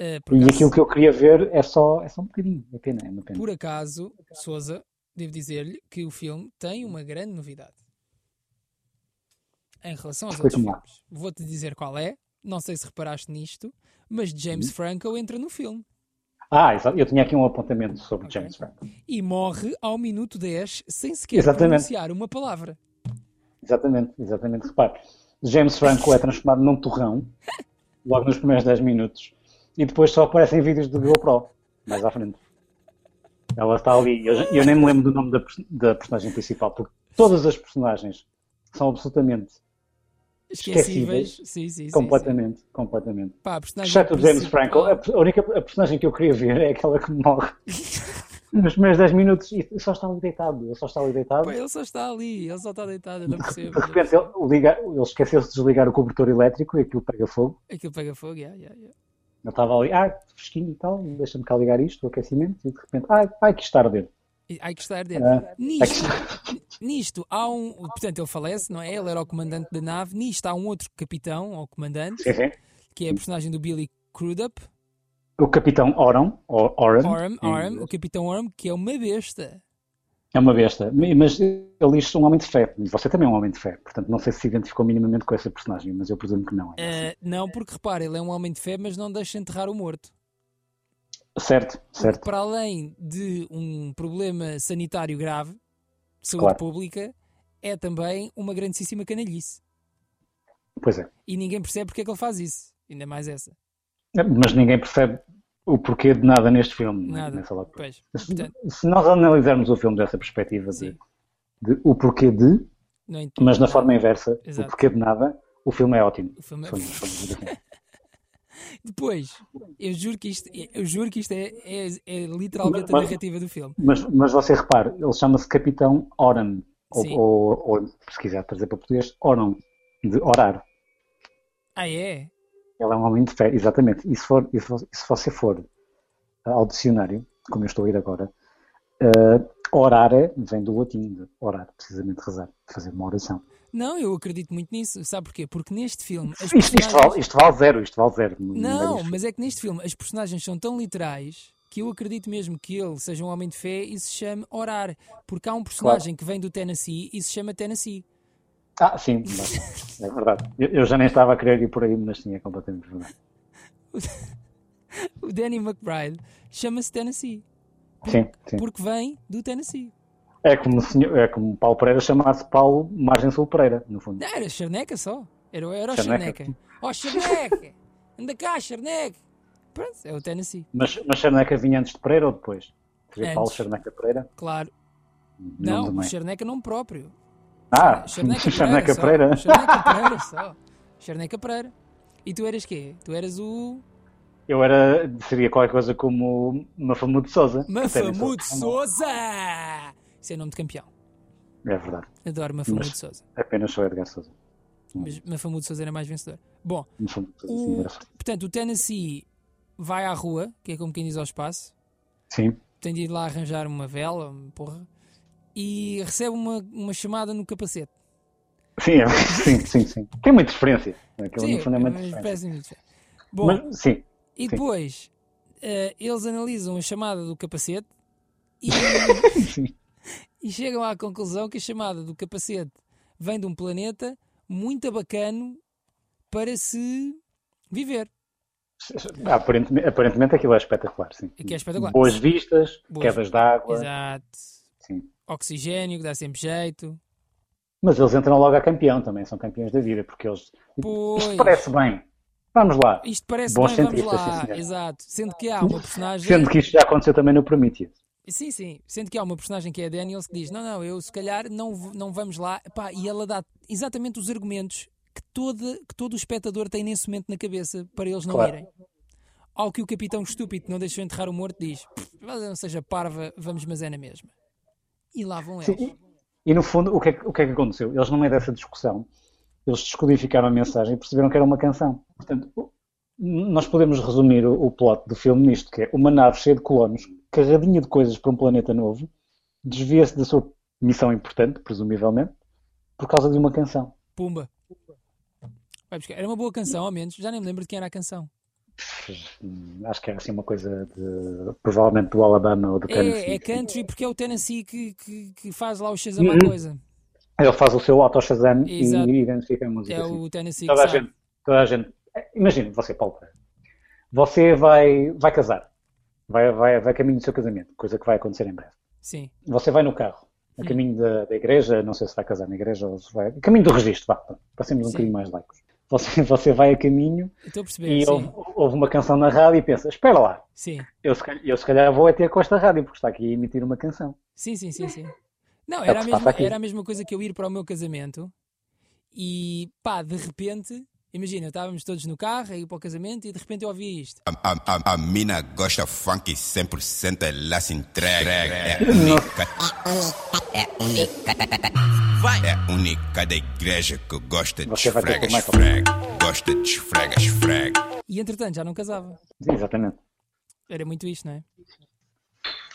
Speaker 2: é? por
Speaker 3: E
Speaker 2: acaso-
Speaker 3: aquilo que eu queria ver é só, é só um bocadinho. É pena, é uma pena.
Speaker 2: Por acaso, Souza, devo dizer-lhe que o filme tem uma grande novidade. Em relação aos outros
Speaker 3: Explica-me lá.
Speaker 2: filmes. Vou-te dizer qual é. Não sei se reparaste nisto, mas
Speaker 3: Hum?
Speaker 2: James Franco entra no filme
Speaker 3: Ah, exato. Eu tinha aqui um apontamento sobre
Speaker 2: Ok.
Speaker 3: James Franco.
Speaker 2: e morre ao minuto 10 sem sequer
Speaker 3: Exatamente.
Speaker 2: pronunciar uma palavra.
Speaker 3: Exatamente, exatamente. Repare, James Franco é transformado num torrão logo nos primeiros 10 minutos e depois só aparecem vídeos do GoPro mais à frente. Ela está ali. Eu, eu nem me lembro do nome da, pers- da personagem principal, porque todas as personagens são absolutamente, Esquecíveis.
Speaker 2: Esquecíveis. Sim, sim, sim,
Speaker 3: completamente, completamente.
Speaker 2: sim. Pá, a personagem
Speaker 3: Exceto o James
Speaker 2: principal-
Speaker 3: Franco, a, a única a personagem que eu queria ver é aquela que morre. Nos primeiros 10 minutos, e só está ali deitado. Ele só está ali deitado.
Speaker 2: Ele só está ali, ele só está deitado, eu não percebo.
Speaker 3: É De repente ele, liga, ele esqueceu-se de desligar o cobertor elétrico e aquilo pega fogo.
Speaker 2: Aquilo pega fogo, yeah, yeah, yeah.
Speaker 3: Eu estava ali, ah, fresquinho e tal, deixa-me cá ligar isto, o aquecimento, e de repente, ah, vai que está a arder.
Speaker 2: E Há que estar dentro.
Speaker 3: Ah, vai que
Speaker 2: Nisto,
Speaker 3: está-
Speaker 2: nisto há um. Portanto, ele falece, não é? Ele era o comandante da nave. Nisto há um outro capitão, ou comandante,
Speaker 3: Sim, sim.
Speaker 2: que é a personagem do Billy Crudup,
Speaker 3: O capitão Oram, ou Oram,
Speaker 2: Orm,
Speaker 3: em
Speaker 2: Orm,
Speaker 3: inglês,
Speaker 2: o capitão Orm, que é uma besta.
Speaker 3: é uma besta, mas ele isto é um homem de fé, e você também é um homem de fé, portanto não sei se se identificou minimamente com essa personagem, mas eu presumo que não. É.
Speaker 2: Ah, não, porque repara, ele é um homem de fé, mas não deixa enterrar o morto.
Speaker 3: Certo, certo.
Speaker 2: Para além de um problema sanitário grave, de saúde
Speaker 3: Claro.
Speaker 2: pública, é também uma grandíssima canalhice.
Speaker 3: Pois é.
Speaker 2: E ninguém percebe porque é que ele faz isso. Ainda mais essa.
Speaker 3: Mas ninguém percebe o porquê de nada neste filme. né?
Speaker 2: Nada.
Speaker 3: Nessa altura. [LAUGHS]
Speaker 2: Pois.
Speaker 3: se,
Speaker 2: Portanto,
Speaker 3: se nós analisarmos o filme dessa perspectiva de,
Speaker 2: sim.
Speaker 3: de o porquê de,
Speaker 2: Não entendo.
Speaker 3: mas na forma inversa,
Speaker 2: Exato.
Speaker 3: o porquê de nada, o filme é ótimo.
Speaker 2: O filme é-
Speaker 3: Foi- foi-
Speaker 2: Depois, eu juro que isto, eu juro que isto é, é, é literalmente a
Speaker 3: Mas-
Speaker 2: narrativa do filme.
Speaker 3: Mas, mas você repare, ele chama-se Capitão Oram, ou,
Speaker 2: Sim.
Speaker 3: ou- ou, se quiser trazer para português, Oram, de orar.
Speaker 2: Ah, é?
Speaker 3: Ele é um homem de fé, exatamente. E se, for, e se vo- e se você for eh, ao dicionário, como eu estou a ir agora, eh, orare vem do latim, de orar, precisamente rezar, fazer uma oração.
Speaker 2: Não, eu acredito muito nisso. Sabe porquê? Porque neste filme. As
Speaker 3: Isto, isto vale, isto vale zero, isto vale zero.
Speaker 2: Não,
Speaker 3: é isto.
Speaker 2: mas é que neste filme as personagens são tão literais que eu acredito mesmo que ele seja um homem de fé e se chame Orar. Porque há um personagem que vem do Tennessee e se chama Tennessee.
Speaker 3: Ah, sim, mas- é verdade. Eu, eu já nem estava a querer ir por aí, mas sim, é completamente verdade.
Speaker 2: O Danny McBride chama-se Tennessee.
Speaker 3: Sim, sim.
Speaker 2: Porque vem do Tennessee.
Speaker 3: É como, o senhor, é como Paulo Pereira chamar-se Paulo Margem Sul Pereira, no fundo.
Speaker 2: Não, era charneca só. Era, era o
Speaker 3: Charneca.
Speaker 2: charneca. Ó charneca! Anda cá, charneca! Pronto, é o Tennessee.
Speaker 3: Mas, mas Charneca vinha antes de Pereira ou depois? Quer dizer,
Speaker 2: Antes.
Speaker 3: Paulo Charneca Pereira?
Speaker 2: Claro.
Speaker 3: Nome
Speaker 2: Não,
Speaker 3: do
Speaker 2: o
Speaker 3: meio.
Speaker 2: Charneca não próprio.
Speaker 3: Ah, [LAUGHS]
Speaker 2: Charneca,
Speaker 3: Charneca Pereira.
Speaker 2: Pereira. só. Charneca Pereira só. Charneca Pereira. E tu eras quê? Tu eras o
Speaker 3: Eu era, seria qualquer coisa como Mafamudo de Souza. "Ah,
Speaker 2: Mafamudo Souza! Isso é nome de campeão.
Speaker 3: É verdade,
Speaker 2: Adoro Mafamudo
Speaker 3: Mas-
Speaker 2: Souza.
Speaker 3: apenas sou Edgar Souza.
Speaker 2: Mas Mafamudo Souza era mais vencedor. Bom,
Speaker 3: Mafamudo de Souza, sim,
Speaker 2: o,
Speaker 3: era forte.
Speaker 2: portanto, o Tennessee vai à rua, que é como quem diz ao espaço,
Speaker 3: Sim,
Speaker 2: tem de ir lá arranjar uma vela, uma porra, e recebe uma, uma chamada no capacete.
Speaker 3: sim, é- sim, sim, sim. Tem uma interferência. Aquilo
Speaker 2: Sim,
Speaker 3: no fundo é uma
Speaker 2: mas
Speaker 3: interferência.
Speaker 2: parece muito diferente. Bom,
Speaker 3: Mas, sim,
Speaker 2: e depois eh, eles analisam a chamada do capacete e,
Speaker 3: [LAUGHS] sim.
Speaker 2: e chegam à conclusão que a chamada do capacete vem de um planeta muito bacano para se viver.
Speaker 3: Aparentemente, aparentemente aquilo é espetacular, sim.
Speaker 2: Aquilo é espetacular.
Speaker 3: Boas vistas,
Speaker 2: Boas-
Speaker 3: quedas d'água,
Speaker 2: Exato.
Speaker 3: sim.
Speaker 2: Oxigênio, que dá sempre jeito.
Speaker 3: Mas eles entram logo a campeão também, são campeões da vida, porque eles.
Speaker 2: Pois.
Speaker 3: Isto parece bem. Vamos lá.
Speaker 2: Isto parece
Speaker 3: Bons
Speaker 2: bem, vamos
Speaker 3: cientistas, sim,
Speaker 2: lá.
Speaker 3: senhor.
Speaker 2: Exato. Sendo que há uma personagem.
Speaker 3: [LAUGHS] Sendo que isto já aconteceu também no Prometheus.
Speaker 2: Sim, sim. Sendo que há uma personagem que é a Daniels que diz: Não, não, eu se calhar não, v- não vamos lá. Epá, e ela dá exatamente os argumentos que, toda, que todo o espectador tem nesse momento na cabeça para eles não
Speaker 3: Claro.
Speaker 2: irem. Ao que o capitão estúpido que não deixou enterrar o morto diz: Mas não seja parva, vamos, mas é na mesma. E lá vão eles.
Speaker 3: Sim. E no fundo, o que, é, que- o que é que aconteceu? Eles, no meio dessa discussão, eles descodificaram a mensagem e perceberam que era uma canção. Portanto, o- nós podemos resumir o, o plot do filme nisto, que é uma nave cheia de colonos, carradinha de coisas para um planeta novo, desvia-se da sua missão importante, presumivelmente, por causa de uma canção.
Speaker 2: Pumba. Vai buscar. Era uma boa canção, ao menos. Já nem me lembro de quem era a canção.
Speaker 3: Hum, Acho que era assim uma coisa de, provavelmente do Alabama ou do Tennessee.
Speaker 2: É, é country porque é o Tennessee que, que, que faz lá o Shazam à
Speaker 3: Uhum.
Speaker 2: coisa.
Speaker 3: Ele faz o seu auto-shazam e
Speaker 2: Exato.
Speaker 3: identifica a música.
Speaker 2: É
Speaker 3: assim.
Speaker 2: o Tennessee que
Speaker 3: toda a
Speaker 2: sabe.
Speaker 3: gente, toda a gente. Imagina, você, Paulo Pereira, você vai, vai casar, vai, vai, vai a caminho do seu casamento, coisa que vai acontecer em breve.
Speaker 2: Sim.
Speaker 3: Você vai no carro, a caminho da, da igreja, não sei se vai casar na igreja ou se vai. A caminho do registro, vá, pronto, para sermos um
Speaker 2: Sim.
Speaker 3: bocadinho mais laicos. Você, você vai a caminho
Speaker 2: Eu Estou a perceber.
Speaker 3: e
Speaker 2: sim.
Speaker 3: ouve, ouve uma canção na rádio e pensa: espera lá,
Speaker 2: Sim.
Speaker 3: eu se, calhar, eu se calhar vou até a Costa Rádio, porque está aqui a emitir uma canção.
Speaker 2: Sim, sim, sim, sim. Não,
Speaker 3: É o
Speaker 2: era a,
Speaker 3: que se
Speaker 2: mesma,
Speaker 3: passa aqui.
Speaker 2: era a mesma coisa que eu ir para o meu casamento e pá, de repente Imagina, estávamos todos no carro, a ir para o casamento e de repente eu ouvi isto.
Speaker 5: A, a, a, a mina gosta funk 100%, ela se entrega. É única. É única da igreja que gosta de
Speaker 3: Você vai ter é que
Speaker 5: esfrega,
Speaker 3: tomar
Speaker 5: esfrega. Gosta de esfrega, esfrega.
Speaker 2: E entretanto já não casava.
Speaker 3: Exatamente.
Speaker 2: Era muito isto, não é?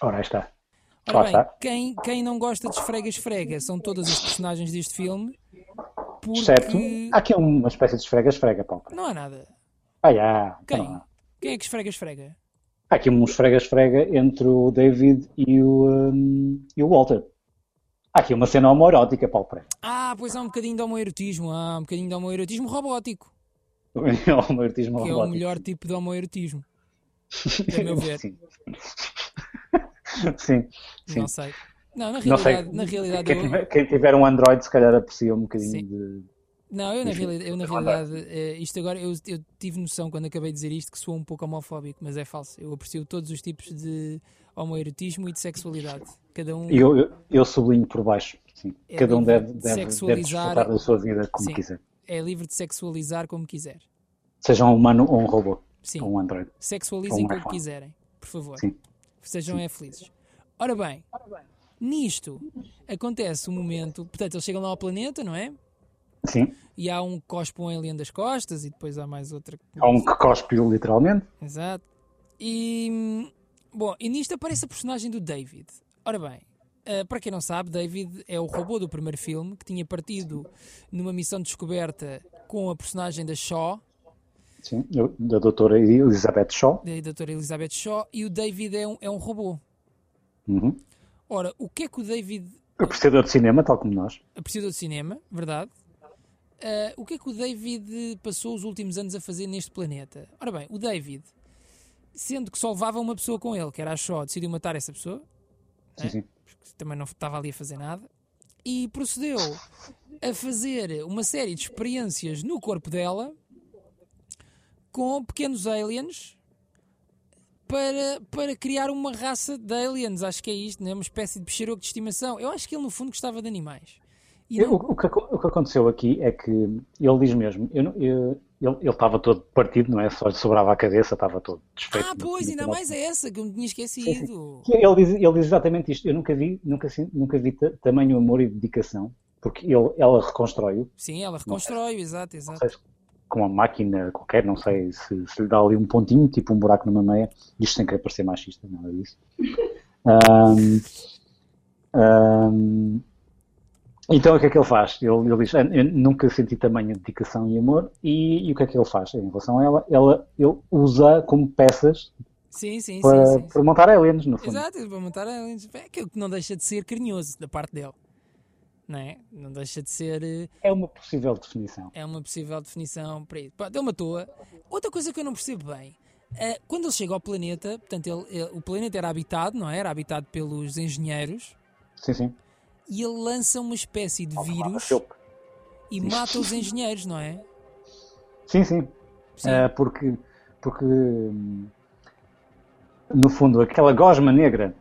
Speaker 3: Ora, aí está. Lá
Speaker 2: Ora
Speaker 3: está.
Speaker 2: bem, quem, quem não gosta de esfrega esfrega são todas as personagens deste filme. Porque
Speaker 3: Exceto. Há aqui uma espécie de esfrega-esfrega, Paulo.
Speaker 2: não há nada.
Speaker 3: Ah, já.
Speaker 2: Quem?
Speaker 3: Não, não.
Speaker 2: Quem é que esfrega esfrega?
Speaker 3: Há aqui um esfrega-esfrega entre o David e o, hum, e o Walter. Há aqui uma cena homoerótica, Paulo Pereira. [LAUGHS]
Speaker 2: Ah, pois há um bocadinho de homoerotismo, há um bocadinho de homoerotismo robótico,
Speaker 3: um homoerotismo
Speaker 2: que é o
Speaker 3: robótico.
Speaker 2: melhor tipo de homoerotismo. a meu ver.
Speaker 3: Sim. Sim. Sim.
Speaker 2: Não sei. Não, na
Speaker 3: Não sei.
Speaker 2: realidade, na realidade
Speaker 3: quem,
Speaker 2: eu,
Speaker 3: tiver, quem tiver um Android, se calhar aprecia um bocadinho
Speaker 2: Sim.
Speaker 3: de.
Speaker 2: não, eu na
Speaker 3: Enfim,
Speaker 2: realidade, eu, na
Speaker 3: vamos lá.
Speaker 2: realidade eh, isto agora eu, eu tive noção quando acabei de dizer isto que sou um pouco homofóbico, mas é falso. Eu aprecio todos os tipos de homoerotismo e de sexualidade. Cada um
Speaker 3: E eu, eu, eu sublinho por baixo. Sim.
Speaker 2: É
Speaker 3: Cada um
Speaker 2: livre
Speaker 3: deve,
Speaker 2: de
Speaker 3: deve, deve
Speaker 2: sexualizar-
Speaker 3: desfrutar da sua vida como
Speaker 2: Sim.
Speaker 3: quiser.
Speaker 2: é livre de sexualizar como quiser.
Speaker 3: Seja um humano ou um robô.
Speaker 2: Sim.
Speaker 3: Ou um Android.
Speaker 2: Sexualizem
Speaker 3: Ou um
Speaker 2: como
Speaker 3: iPhone.
Speaker 2: quiserem, por favor.
Speaker 3: Sim.
Speaker 2: Sejam é felizes. Ora bem, nisto acontece um momento. Portanto, eles chegam lá ao planeta, não é?
Speaker 3: Sim.
Speaker 2: E há um que cospe um alien das costas e depois há mais outra. que-
Speaker 3: Há um que cospe literalmente.
Speaker 2: Exato. E. hum, Bom, e nisto aparece a personagem do David. Ora bem, ah, para quem não sabe, David é o robô do primeiro filme que tinha partido numa missão de descoberta com a personagem da Shaw,
Speaker 3: Sim. Eu- Da doutora Elizabeth Shaw.
Speaker 2: da doutora Elizabeth Shaw, e o David é um, é um robô.
Speaker 3: Uhum.
Speaker 2: Ora, o que é que o David
Speaker 3: Apreciador de cinema, tal como nós.
Speaker 2: apreciador de cinema, verdade. Ah, o que é que o David passou os últimos anos a fazer neste planeta? Ora bem, o David, sendo que só levava uma pessoa com ele, que era a Shaw, decidiu matar essa pessoa,
Speaker 3: Sim,
Speaker 2: É.
Speaker 3: sim.
Speaker 2: que também não estava ali a fazer nada, e procedeu a fazer uma série de experiências no corpo dela com pequenos aliens para, para criar uma raça de aliens. Acho que é isto, né? uma espécie de bicharoco de estimação. Eu acho que ele, no fundo, gostava de animais. E
Speaker 3: Eu-
Speaker 2: não-
Speaker 3: o, que, aco- o que aconteceu aqui é que ele diz mesmo, eu não- eu- ele ele estava todo partido, não é? Só lhe sobrava a cabeça, estava todo desfeito.
Speaker 2: Ah,
Speaker 3: no-
Speaker 2: pois,
Speaker 3: no
Speaker 2: ainda
Speaker 3: final.
Speaker 2: mais é essa que eu me tinha esquecido.
Speaker 3: Ele diz, ele diz exatamente isto. Eu nunca vi, nunca, sin- nunca vi ta- tamanho amor e dedicação, porque ele- ela reconstrói-o,
Speaker 2: Sim, ela reconstrói, exato,
Speaker 3: não
Speaker 2: exato.
Speaker 3: sei se- com uma máquina qualquer, não sei se, se lhe dá ali um pontinho, tipo um buraco numa meia, isto sem querer parecer machista, nada
Speaker 2: [LAUGHS]
Speaker 3: disso. Ahm, ahm, então o que é que ele faz? Ele, ele diz, "Ah, eu nunca senti tamanho de dedicação e amor, e, e o que é que ele faz em relação a ela? ela ele usa como peças
Speaker 2: Sim, sim, sim.
Speaker 3: para,
Speaker 2: sim,
Speaker 3: para montar aliens, no fundo.
Speaker 2: Exato, para montar aliens. É aquilo que não deixa de ser carinhoso da parte dele. Não é? Não deixa de ser. eh,
Speaker 3: É uma possível definição.
Speaker 2: É uma possível definição para isso. Pá, Deu uma toa. Outra coisa que eu não percebo bem. eh, quando ele chega ao planeta, portanto, ele- ele- o planeta era habitado, não é? Era habitado pelos engenheiros.
Speaker 3: Sim, sim.
Speaker 2: E ele lança uma espécie de vírus e mata os engenheiros, não é?
Speaker 3: Sim, sim.
Speaker 2: Sim.
Speaker 3: Eh, porque, porque, hum, no fundo, aquela gosma negra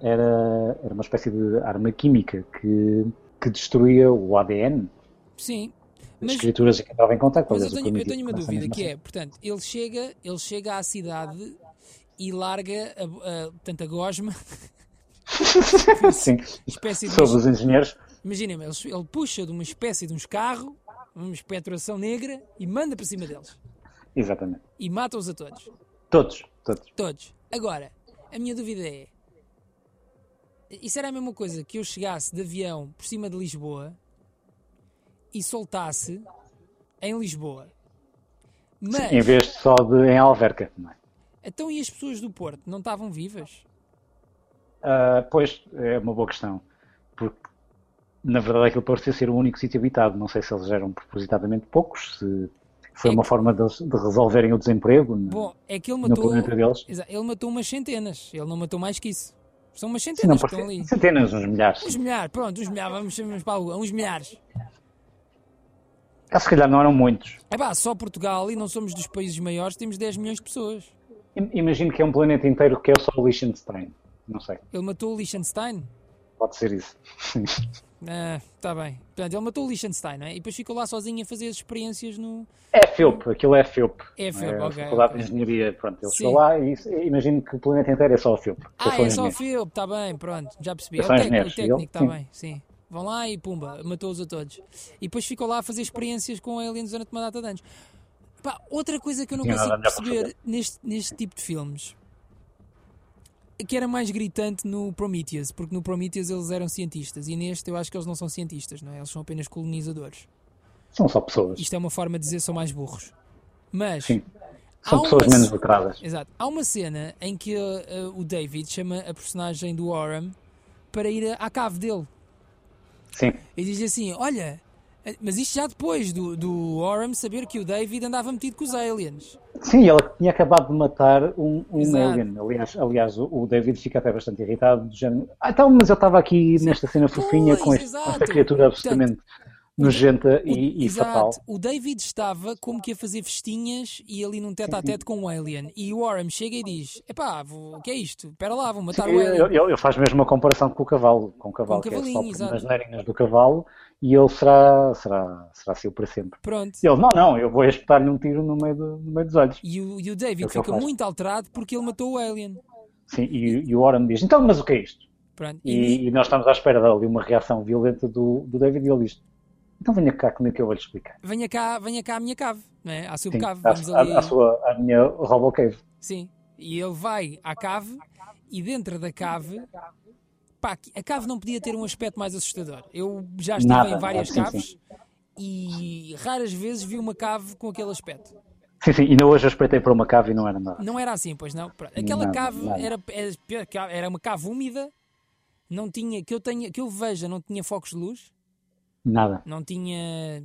Speaker 3: era, era uma espécie de arma química que, que destruía o ADN
Speaker 2: Sim.
Speaker 3: das
Speaker 2: Mas-
Speaker 3: criaturas que andavam em contato.
Speaker 2: Mas eu tenho, eu tenho uma dúvida, que
Speaker 3: assim. [LAUGHS]
Speaker 2: é, portanto, ele chega, ele chega à cidade e larga a, a, portanto, a gosma, [LAUGHS] é-
Speaker 3: Sim,
Speaker 2: espécie de...
Speaker 3: sobre os engenheiros.
Speaker 2: Imaginem, ele, ele puxa de uma espécie de uns carro, uma espeturação negra, e manda para cima deles.
Speaker 3: Exatamente.
Speaker 2: E mata-os a todos.
Speaker 3: Todos, todos.
Speaker 2: Todos. Agora, a minha dúvida é... Isso era a mesma coisa que eu chegasse de avião por cima de Lisboa e soltasse em Lisboa. Mas...
Speaker 3: Em vez de só de em Alverca. Não é?
Speaker 2: Então e as pessoas do Porto não estavam vivas?
Speaker 3: Ah, pois, é uma boa questão. Porque, na verdade, aquilo parecia ser o único sítio habitado. Não sei se eles eram propositadamente poucos, se foi
Speaker 2: É
Speaker 3: uma
Speaker 2: que-
Speaker 3: forma deles- de resolverem o desemprego né? no,
Speaker 2: Bom, é que ele
Speaker 3: no
Speaker 2: matou.
Speaker 3: planeta deles.
Speaker 2: Exa- Ele matou umas centenas. Ele não matou mais que isso. São umas
Speaker 3: Sim, não
Speaker 2: centenas que estão ali.
Speaker 3: parecia, centenas, uns milhares.
Speaker 2: Uns milhares, pronto, uns milhares, vamos chamar para a lua, uns milhares.
Speaker 3: Ah, Se calhar não eram muitos.
Speaker 2: É pá, só Portugal e não somos dos países maiores, temos 10 milhões de pessoas.
Speaker 3: I- Imagino que é um planeta inteiro que é só o Liechtenstein. Não sei.
Speaker 2: Ele matou o Liechtenstein.
Speaker 3: Pode ser isso. [LAUGHS]
Speaker 2: Ah, tá bem. Portanto, ele matou o Liechtenstein, não é? E depois ficou lá sozinho a fazer as experiências no.
Speaker 3: É FEUP, aquilo é FEUP.
Speaker 2: É
Speaker 3: não
Speaker 2: FEUP,
Speaker 3: a
Speaker 2: ok,
Speaker 3: Faculdade
Speaker 2: ok.
Speaker 3: de Engenharia, pronto. Ele
Speaker 2: Sim.
Speaker 3: chegou lá e isso- imagino que o planeta inteiro é só o FEUP.
Speaker 2: Ah, é só o
Speaker 3: engenheiro.
Speaker 2: filme, tá bem, pronto, já percebi. É
Speaker 3: Eu
Speaker 2: o
Speaker 3: sou
Speaker 2: técnico,
Speaker 3: engenheiro,
Speaker 2: o técnico,
Speaker 3: eu-
Speaker 2: tá
Speaker 3: sim.
Speaker 2: bem, sim. Vão lá e pumba, matou-os a todos. E depois ficou lá a fazer experiências com aliens durante uma data de anos. Pá, outra coisa que eu não
Speaker 3: Tinha
Speaker 2: consigo
Speaker 3: nada melhor para
Speaker 2: perceber neste, neste tipo de filmes que era mais gritante no Prometheus, porque no Prometheus eles eram cientistas e neste eu acho que eles não são cientistas, não é? Eles são apenas colonizadores.
Speaker 3: São só pessoas.
Speaker 2: Isto é uma forma de dizer são mais burros. Mas
Speaker 3: Sim.
Speaker 2: há
Speaker 3: São pessoas
Speaker 2: uma
Speaker 3: menos
Speaker 2: ce-
Speaker 3: letradas.
Speaker 2: Exato. Há uma cena em que uh, uh, o David chama a personagem do Oram para ir a- à cave dele.
Speaker 3: Sim.
Speaker 2: E diz assim: Olha, eh, mas isto já depois do, do Oram saber que o David andava metido com os aliens.
Speaker 3: Sim, ela tinha acabado de matar um, um
Speaker 2: Exato.
Speaker 3: alien. Aliás, aliás o, o David fica até bastante irritado. Do género, ah, então, mas eu estava aqui nesta cena fofinha com,
Speaker 2: Pois,
Speaker 3: este- com
Speaker 2: exato.
Speaker 3: esta criatura absolutamente nojenta e, e
Speaker 2: Exato.
Speaker 3: fatal.
Speaker 2: O David estava como que a fazer festinhas e ali num tete a tete com um alien. E o Oram chega e diz: Epá, vou- o que é isto? Espera lá, vou matar o alien.
Speaker 3: Eu, eu, eu faço mesmo uma comparação com o cavalo, com o cavalo,
Speaker 2: Com o
Speaker 3: que é só
Speaker 2: cavalinho,
Speaker 3: por
Speaker 2: exato.
Speaker 3: nas narinas do cavalo e ele será, será, será seu para sempre.
Speaker 2: Pronto.
Speaker 3: E ele, não, não, eu vou espetar-lhe um tiro no meio, do- no meio dos olhos.
Speaker 2: E o, e o
Speaker 3: É
Speaker 2: David
Speaker 3: o que ele
Speaker 2: fica
Speaker 3: faz.
Speaker 2: muito alterado porque ele matou o alien.
Speaker 3: Sim, e, e o Oran diz, então, mas o que é isto?
Speaker 2: Pronto. E-
Speaker 3: E, e nós estamos à espera dali uma reação violenta do, do David e ele diz, então venha cá comigo que eu vou-lhe explicar.
Speaker 2: venha cá, venha cá à minha cave, não é? À sua
Speaker 3: Sim,
Speaker 2: cave,
Speaker 3: à,
Speaker 2: vamos ali.
Speaker 3: à- à sua, à minha Robo Cave.
Speaker 2: Sim. E ele vai à cave e dentro da cave, pá, que- a cave não podia ter um aspecto mais assustador. Eu já estive
Speaker 3: Nada,
Speaker 2: em várias
Speaker 3: nada, sim,
Speaker 2: caves e raras vezes vi uma cave com aquele aspecto.
Speaker 3: Sim, sim, ainda hoje eu espreitei para uma cave e não era nada.
Speaker 2: Não era assim, pois não. Pronto. Aquela
Speaker 3: Nada,
Speaker 2: cave
Speaker 3: nada.
Speaker 2: era era pior que- era uma cave úmida. Não tinha, que eu tenha, que eu veja, não tinha focos de luz,
Speaker 3: Nada.
Speaker 2: não tinha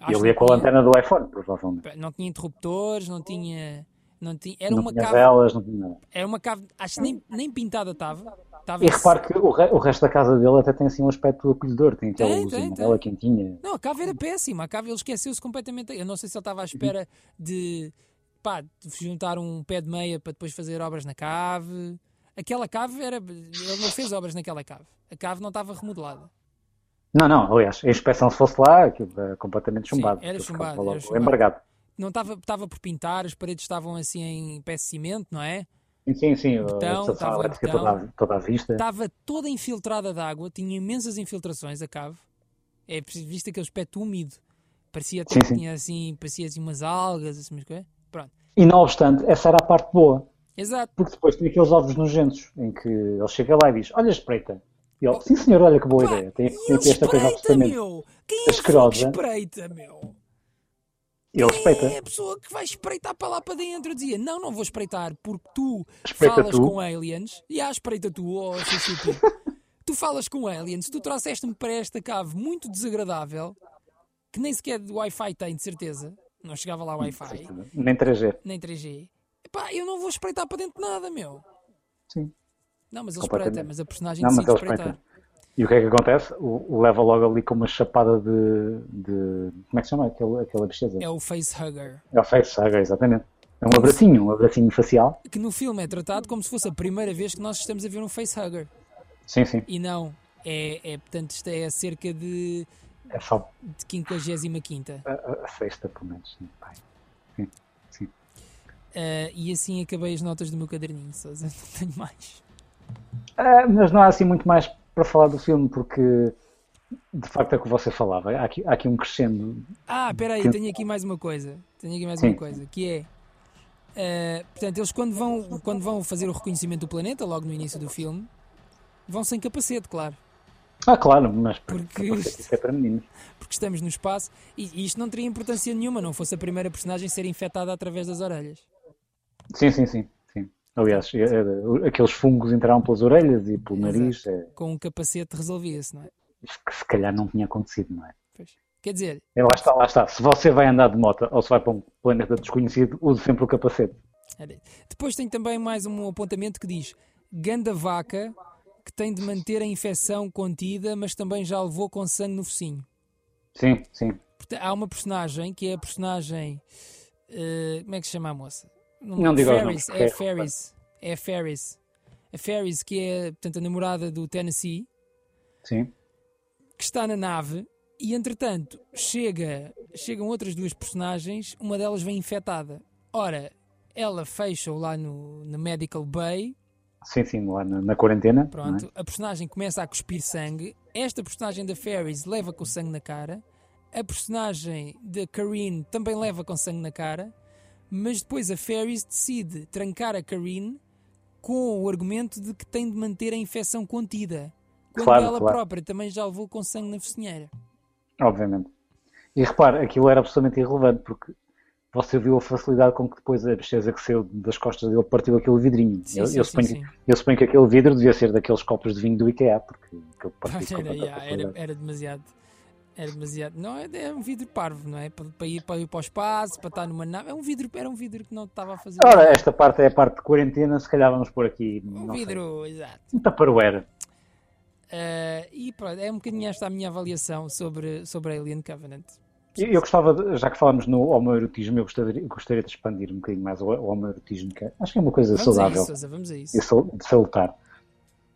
Speaker 2: acho
Speaker 3: Ele ia
Speaker 2: que
Speaker 3: com a
Speaker 2: não tinha-
Speaker 3: lanterna do iPhone, provavelmente.
Speaker 2: não tinha interruptores, não tinha, não tinha, era
Speaker 3: não
Speaker 2: uma
Speaker 3: tinha
Speaker 2: cave
Speaker 3: velas, não tinha nada.
Speaker 2: Era uma cave, acho que nem, nem pintada estava. Estava
Speaker 3: E repare que o, re- o resto da casa dele até tem assim um aspecto acolhedor, tem aquela
Speaker 2: Tem,
Speaker 3: luz
Speaker 2: tem,
Speaker 3: amarela quentinha.
Speaker 2: Não, a cave era péssima. A cave ele esqueceu-se completamente. Eu não sei se ele estava à espera de, pá, de juntar um pé de meia para depois fazer obras na cave. Aquela cave era. Ele não fez obras naquela cave. A cave não estava remodelada.
Speaker 3: Não, não, aliás, a inspeção se fosse lá, aquilo era completamente
Speaker 2: Sim,
Speaker 3: chumbado.
Speaker 2: era
Speaker 3: aquilo
Speaker 2: chumbado,
Speaker 3: ficava logo
Speaker 2: era chumbado.
Speaker 3: Embargado.
Speaker 2: Não estava, estava por pintar, as paredes estavam assim em pé de cimento, não é?
Speaker 3: Sim, sim, sim, a
Speaker 2: Betão,
Speaker 3: estação
Speaker 2: estava
Speaker 3: elétrica
Speaker 2: betão.
Speaker 3: é toda, à- toda à vista.
Speaker 2: Estava toda infiltrada de água, tinha imensas infiltrações a cave. É preciso- visto aquele aspecto úmido. Parecia até
Speaker 3: Sim,
Speaker 2: que
Speaker 3: sim.
Speaker 2: tinha assim, parecia assim umas algas, assim, umas coisas. Pronto.
Speaker 3: E não obstante, essa era a parte boa,
Speaker 2: Exato.
Speaker 3: porque depois tem aqueles ovos nojentos em que ele chega lá e diz: Olha, espreita. E ele, sim senhor, olha que boa
Speaker 2: Pá,
Speaker 3: ideia. é, Tem,
Speaker 2: e
Speaker 3: tem
Speaker 2: ele
Speaker 3: aqui esta coisa
Speaker 2: espreita,
Speaker 3: absolutamente.
Speaker 2: meu! Quem é a pessoa que
Speaker 3: Asquerosa.
Speaker 2: espreita, meu?
Speaker 3: E ele
Speaker 2: Quem é
Speaker 3: espreita.
Speaker 2: a pessoa que vai espreitar para lá para dentro? Eu dizia, não, não vou espreitar, porque tu
Speaker 3: Espreita
Speaker 2: falas
Speaker 3: tu.
Speaker 2: com aliens. E ah, espreita tu,
Speaker 3: [LAUGHS]
Speaker 2: oh Suzuki. tu falas com aliens, tu trouxeste-me para esta cave muito desagradável, que nem sequer de Wi-Fi tem, de certeza. Não chegava lá Wi-Fi,
Speaker 3: Nem é. 3G.
Speaker 2: nem 3G. Epá, eu não vou espreitar para dentro de nada, meu.
Speaker 3: Sim.
Speaker 2: Não, mas ele
Speaker 3: Completamente.
Speaker 2: espreita, mas a personagem
Speaker 3: Não, mas
Speaker 2: decide
Speaker 3: ele
Speaker 2: espreitar.
Speaker 3: espreita. E o que é que acontece? O, o leva logo ali com uma chapada de. de- como é que se chama aquele, aquela bestiaza?
Speaker 2: É o facehugger.
Speaker 3: É o face hugger, exatamente. É um abracinho, um abracinho facial.
Speaker 2: que no filme é tratado como se fosse a primeira vez que nós estamos a ver um facehugger.
Speaker 3: Sim, sim.
Speaker 2: E não, é, é portanto, isto é cerca de,
Speaker 3: É só
Speaker 2: de 55.
Speaker 3: a, a- a sexta, pelo menos. né? Pai.
Speaker 2: Ah, e assim acabei as notas do meu caderninho, Sousa. [LAUGHS] Não tenho mais.
Speaker 3: Ah, mas não há assim muito mais para falar do filme, porque de facto é o que você falava. Há aqui, há aqui um crescendo.
Speaker 2: Ah, espera aí,
Speaker 3: Sim.
Speaker 2: tenho aqui mais uma coisa. Tenho aqui mais
Speaker 3: Sim.
Speaker 2: uma coisa, que é. ah, portanto, eles quando vão, quando vão fazer o reconhecimento do planeta, logo no início do filme, vão sem capacete, claro.
Speaker 3: Ah, claro, mas
Speaker 2: Porque-
Speaker 3: isso é para meninos.
Speaker 2: Porque estamos no espaço e, e isto não teria importância nenhuma, não fosse a primeira personagem ser infectada através das orelhas.
Speaker 3: Sim, sim, sim. sim. Aliás, é- é- aqueles fungos entraram pelas orelhas e pelo
Speaker 2: Exato.
Speaker 3: nariz. É,
Speaker 2: Com um capacete resolvia-se, não é?
Speaker 3: isso que se calhar não tinha acontecido, não é?
Speaker 2: Pois. Quer dizer,
Speaker 3: É, lá está, lá está. Se você vai andar de moto ou se vai para um planeta desconhecido, use sempre o capacete.
Speaker 2: Era- Depois tem também mais um apontamento que diz ganda vaca que tem de manter a infecção contida, mas também já levou com sangue no focinho.
Speaker 3: Sim, sim.
Speaker 2: Porta- há uma personagem que é a personagem. eh, como é que se chama a moça? me
Speaker 3: Não
Speaker 2: lembro.
Speaker 3: diga os
Speaker 2: Ferris,
Speaker 3: nomes,
Speaker 2: é a
Speaker 3: porque-
Speaker 2: é, Ferris. É a Ferris. A Ferris, que é portanto, a namorada do Tennessee,
Speaker 3: Sim.
Speaker 2: que está na nave e entretanto chega, chegam outras duas personagens, uma delas vem infectada. Ora, ela fecha-o lá no, no Medical Bay,
Speaker 3: Sim, sim, lá na, na quarentena.
Speaker 2: pronto,
Speaker 3: não é?
Speaker 2: a personagem começa a cuspir sangue, esta personagem da Ferris leva com sangue na cara, a personagem da Karine também leva com sangue na cara, mas depois a Ferris decide trancar a Karine com o argumento de que tem de manter a infecção contida. Quando
Speaker 3: Claro,
Speaker 2: ela
Speaker 3: claro.
Speaker 2: própria também já levou com sangue na focinheira.
Speaker 3: Obviamente. E repare, aquilo era absolutamente irrelevante, porque você viu a facilidade com que depois a besteira que saiu das costas dele partiu aquele vidrinho.
Speaker 2: Sim,
Speaker 3: eu,
Speaker 2: sim,
Speaker 3: eu
Speaker 2: sim,
Speaker 3: suponho,
Speaker 2: sim.
Speaker 3: eu suponho que aquele vidro devia ser daqueles copos de vinho do IKEA, porque
Speaker 2: [LAUGHS]
Speaker 3: aquele
Speaker 2: Pá,
Speaker 3: partiu com
Speaker 2: Era,
Speaker 3: tanta
Speaker 2: yeah, era,
Speaker 3: facilidade.
Speaker 2: era demasiado. Era demasiado. Não, é, é um vidro parvo, não é? Para, para ir, para ir para o espaço, para estar numa nave. É um vidro, era um vidro que não estava a fazer.
Speaker 3: Ora, esta parte é a parte de quarentena, se calhar vamos pôr aqui.
Speaker 2: um
Speaker 3: não sei,
Speaker 2: vidro, exato.
Speaker 3: Um taparoeira.
Speaker 2: Eh, e pronto, é um bocadinho esta a minha avaliação sobre, sobre Alien Covenant.
Speaker 3: Eu eu gostava, de- já que falámos no homoerotismo, eu gostaria, gostaria de expandir um bocadinho mais o o homoerotismo, que acho que é uma coisa
Speaker 2: Vamos a
Speaker 3: saudável.
Speaker 2: isso, Sousa, vamos a isso.
Speaker 3: e sal- de salutar.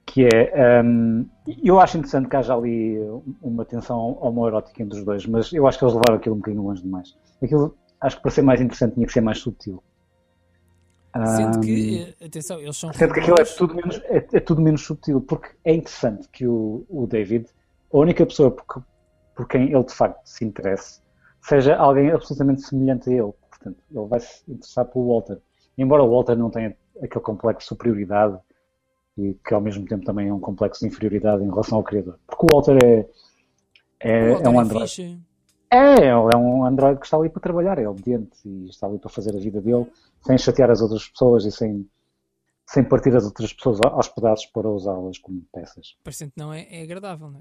Speaker 3: Que é. hum, eu acho interessante que haja ali uma tensão homoerótica entre os dois, mas eu acho que eles levaram aquilo um bocadinho longe demais. Aquilo, acho que para ser mais interessante tinha que ser mais subtil.
Speaker 2: Sendo
Speaker 3: Hum,
Speaker 2: que, eh, atenção, eles são.
Speaker 3: sendo que aquilo é
Speaker 2: robôs.
Speaker 3: tudo, menos, é, é tudo menos subtil, porque é interessante que o, o David, a única pessoa por, que- por quem ele de facto se interesse, seja alguém absolutamente semelhante a ele. Portanto, ele vai se interessar pelo Walter. Embora o Walter não tenha aquele complexo de superioridade e que ao mesmo tempo também é um complexo de inferioridade em relação ao criador. Porque o Walter é, é,
Speaker 2: O Walter
Speaker 3: é um
Speaker 2: é
Speaker 3: androide.
Speaker 2: fixe.
Speaker 3: É, ele é um androide que está ali para trabalhar, é obediente e está ali para fazer a vida dele, sem chatear as outras pessoas e sem, sem partir as outras pessoas a- aos pedaços para usá-las como peças.
Speaker 2: Parecendo que não é, é agradável, não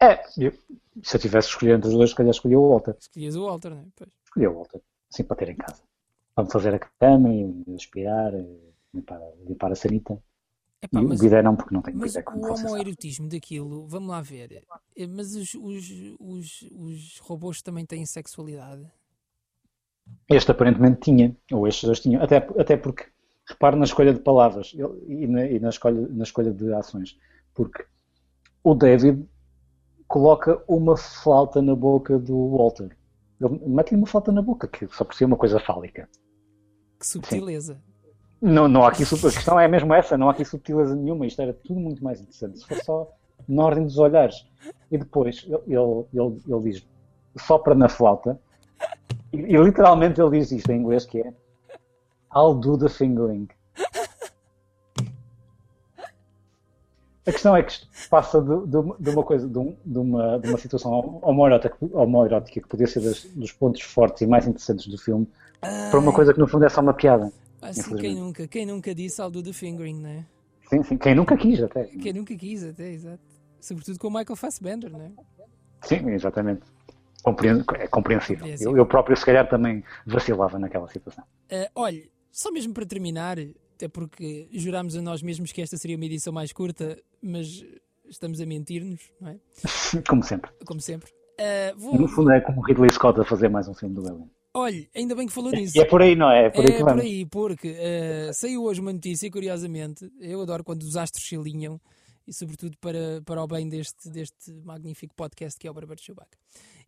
Speaker 2: é?
Speaker 3: É, eu- se eu tivesse escolhido entre os dois, se calhar escolhia o Walter.
Speaker 2: Escolhias o Walter, não é? Pois.
Speaker 3: Escolhia o Walter, assim para ter em casa. Para me fazer a cama e aspirar, e limpar, limpar a sanita.
Speaker 2: Epá,
Speaker 3: E o
Speaker 2: Ah, mas-
Speaker 3: bidé não, porque não tenho
Speaker 2: Mas
Speaker 3: bidé,
Speaker 2: o
Speaker 3: como vocês sabem.
Speaker 2: homoerotismo daquilo, vamos lá ver. eh, Mas os, os, os, os robôs também têm sexualidade.
Speaker 3: Este aparentemente tinha, ou estes dois tinham, até, até porque, repare na escolha de palavras ele- e, na, e na escolha, na escolha de ações, porque o David coloca uma flauta na boca do Walter. Ele mete-lhe uma flauta na boca, que só por si é uma coisa fálica.
Speaker 2: Que subtileza.
Speaker 3: Não, não há aqui, sub- a questão é mesmo essa, não há aqui subtileza nenhuma, isto era tudo muito mais interessante, se fosse só na ordem dos olhares. E depois ele, ele, ele, ele diz, sopra na flauta, e, e literalmente ele diz isto em inglês que é I'll do the fingering. A questão é que isto passa de, de uma- de uma coisa, de, um- de uma, de uma situação homoerótica, homoerótica que podia ser das- dos pontos fortes e mais interessantes do filme para uma coisa que no fundo é só uma piada.
Speaker 2: Assim, quem
Speaker 3: infelizmente.
Speaker 2: nunca, quem nunca disse ao do fingering, não é?
Speaker 3: Sim, sim. Quem nunca quis, até.
Speaker 2: Quem nunca quis, até, exato. Sobretudo com o Michael Fassbender, não é?
Speaker 3: Sim, exatamente. Compre- É compreensível.
Speaker 2: Compreensível.
Speaker 3: Eu, eu próprio, se calhar, também vacilava naquela situação. [LAUGHS]
Speaker 2: Ah, olha, só mesmo para terminar, até porque jurámos a nós mesmos que esta seria uma edição mais curta, mas estamos a mentir-nos, não é?
Speaker 3: Como sempre.
Speaker 2: Como sempre. Ah, vou...
Speaker 3: No fundo, é como Ridley Scott a fazer mais um filme do Alien.
Speaker 2: Olha, ainda bem que falou nisso.
Speaker 3: E é por aí, não é? É por aí
Speaker 2: é
Speaker 3: que
Speaker 2: por
Speaker 3: vamos.
Speaker 2: aí, porque eh, saiu hoje uma notícia, curiosamente. Eu adoro quando os astros se alinham e, sobretudo, para, para o bem deste, deste magnífico podcast que é o Barbeiro de Chewbacca.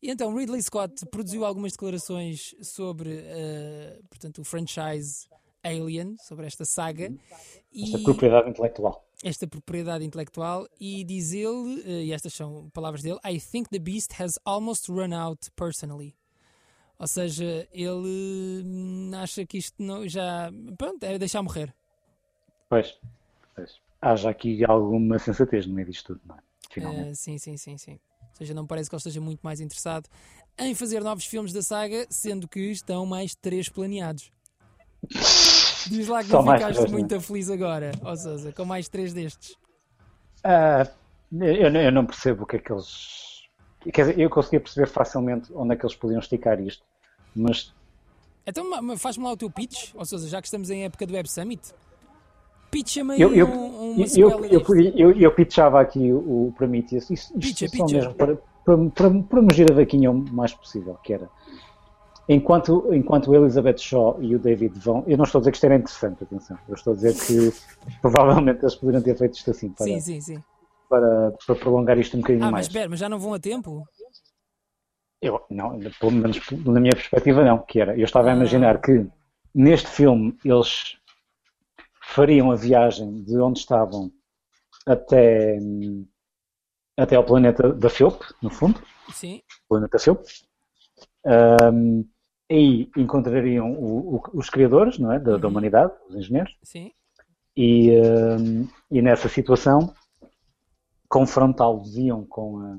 Speaker 2: E então, Ridley Scott produziu algumas declarações sobre eh, portanto, o franchise Alien, sobre esta saga.
Speaker 3: Esta
Speaker 2: e-
Speaker 3: propriedade intelectual.
Speaker 2: esta propriedade intelectual e diz ele, eh, e estas são palavras dele, I think the beast has almost run out personally. Ou seja, ele hum, acha que isto não, já. Pronto, é deixar morrer.
Speaker 3: Pois. pois. Haja aqui alguma sensatez no meio disto tudo, não é? Finalmente.
Speaker 2: Eh, sim, sim, sim, sim. Ou seja, não parece que ele esteja muito mais interessado em fazer novos filmes da saga, sendo que estão mais três planeados. Diz lá que
Speaker 3: Só
Speaker 2: não
Speaker 3: mais
Speaker 2: ficaste
Speaker 3: três, não é?
Speaker 2: muito feliz agora, ou seja, com mais três destes.
Speaker 3: Ah, eu, eu não percebo o que é que eles. Quer dizer, eu conseguia perceber facilmente onde é que eles podiam esticar isto, mas
Speaker 2: Então ma- ma- faz-me lá o teu pitch, ou seja, já que estamos em época do Web Summit, pitcha-me aí
Speaker 3: Eu, eu,
Speaker 2: um, uma
Speaker 3: eu,
Speaker 2: sequela
Speaker 3: eu,
Speaker 2: disto.
Speaker 3: eu, eu, eu pitchava aqui o, o Prometheus, isto, isto é
Speaker 2: Pitcha,
Speaker 3: só
Speaker 2: pitcha.
Speaker 3: mesmo para, para, para, para mugir a vaquinha o mais possível, que era. Enquanto, enquanto a Elizabeth Shaw e o David vão. Eu não estou a dizer que isto
Speaker 2: [LAUGHS]
Speaker 3: era interessante, atenção. Eu estou a dizer que provavelmente eles poderiam ter feito isto assim para,
Speaker 2: Sim, sim, sim.
Speaker 3: para, para prolongar isto um bocadinho
Speaker 2: Ah, mas
Speaker 3: mais.
Speaker 2: espera, mas já não vão a tempo?
Speaker 3: Eu, não, pelo menos na minha perspectiva não, que era. Eu estava a imaginar que neste filme eles fariam a viagem de onde estavam até, até ao planeta da Felp, no fundo,
Speaker 2: Sim.
Speaker 3: planeta Felp. Ahm, aí encontrariam o- o- os criadores não é, da, da humanidade, os engenheiros,
Speaker 2: Sim.
Speaker 3: e, ahm, e nessa situação confrontá-los iam com a,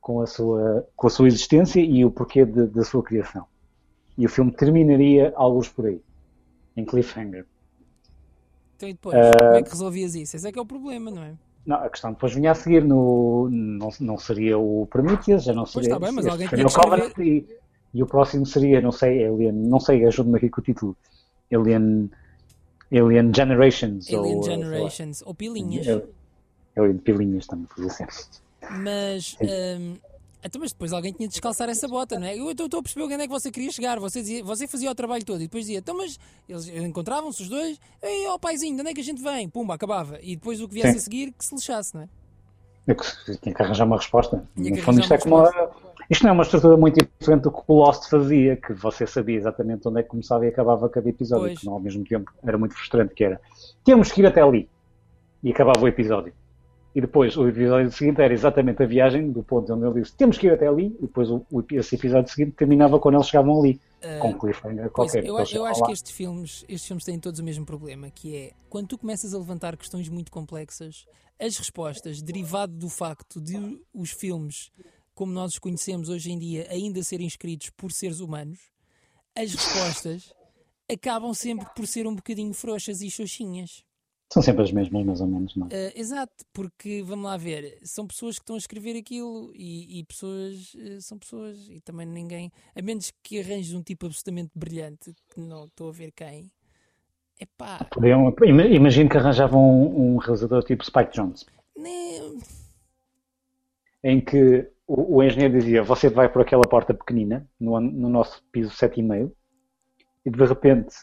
Speaker 3: com, a sua, com a sua existência e o porquê de- da sua criação. E o filme terminaria alguns por aí, em cliffhanger.
Speaker 2: Então e depois?
Speaker 3: Ah,
Speaker 2: Como é que resolvias isso? Esse é que é o problema, não é?
Speaker 3: Não, a questão depois vinha a seguir, no, não, não seria o Prometheus, já não seria,
Speaker 2: está tá bem, mas
Speaker 3: este
Speaker 2: alguém
Speaker 3: seria
Speaker 2: tinha
Speaker 3: o
Speaker 2: que escrever.
Speaker 3: Covenant e, e o próximo seria, não sei, Alien, não sei, ajude-me aqui com o título, Alien, Alien Generations.
Speaker 2: Alien
Speaker 3: ou, sei lá,
Speaker 2: Generations ou pilinhas.
Speaker 3: É Alien Pilinhas também, é fazia sempre.
Speaker 2: Mas. hum, então, mas depois alguém tinha de descalçar essa bota, não é? Eu estou estou a perceber onde é que você queria chegar. Você, dizia- você fazia o trabalho todo e depois dizia, então, mas eles encontravam-se os dois, ei, ó paizinho, de onde é que a gente vem? Pumba, acabava. E depois o que viesse
Speaker 3: Sim.
Speaker 2: a seguir, que se lixasse, não é?
Speaker 3: Eu que- tinha que arranjar uma resposta.
Speaker 2: Tinha
Speaker 3: no
Speaker 2: que
Speaker 3: fundo,
Speaker 2: arranjar
Speaker 3: isto, é
Speaker 2: uma
Speaker 3: como a- isto não é uma estrutura muito diferente do que o Lost fazia, que você sabia exatamente onde é que começava e acabava cada episódio,
Speaker 2: Pois.
Speaker 3: que não, ao mesmo tempo era muito frustrante, que era temos que ir até ali e acabava o episódio. E depois o episódio seguinte era exatamente a viagem do ponto onde ele disse temos que ir até ali, e depois o, o- esse episódio seguinte terminava quando eles chegavam ali, com um cliffhanger
Speaker 2: Ah, Pois,
Speaker 3: qualquer.
Speaker 2: eu,
Speaker 3: Eles
Speaker 2: eu
Speaker 3: chegavam
Speaker 2: acho
Speaker 3: lá.
Speaker 2: que estes filmes, estes filmes têm todos o mesmo problema, que é quando tu começas a levantar questões muito complexas, as respostas, derivado do facto de os filmes, como nós os conhecemos hoje em dia, ainda serem escritos por seres humanos, as respostas acabam sempre por ser um bocadinho frouxas e xoxinhas.
Speaker 3: São sempre as mesmas, mais ou menos, não é?
Speaker 2: Ah, exato, porque vamos lá ver, são pessoas que estão a escrever aquilo e, e pessoas eh, são pessoas e também ninguém, a menos que arranjes um tipo absolutamente brilhante, que não estou a ver quem, é pá,
Speaker 3: Podiam- ima- Imagino que arranjavam um- um realizador tipo Spike Jones.
Speaker 2: nem...
Speaker 3: em que o, o engenheiro dizia: Você vai por aquela porta pequenina, no, an- no nosso piso 7,5, e de repente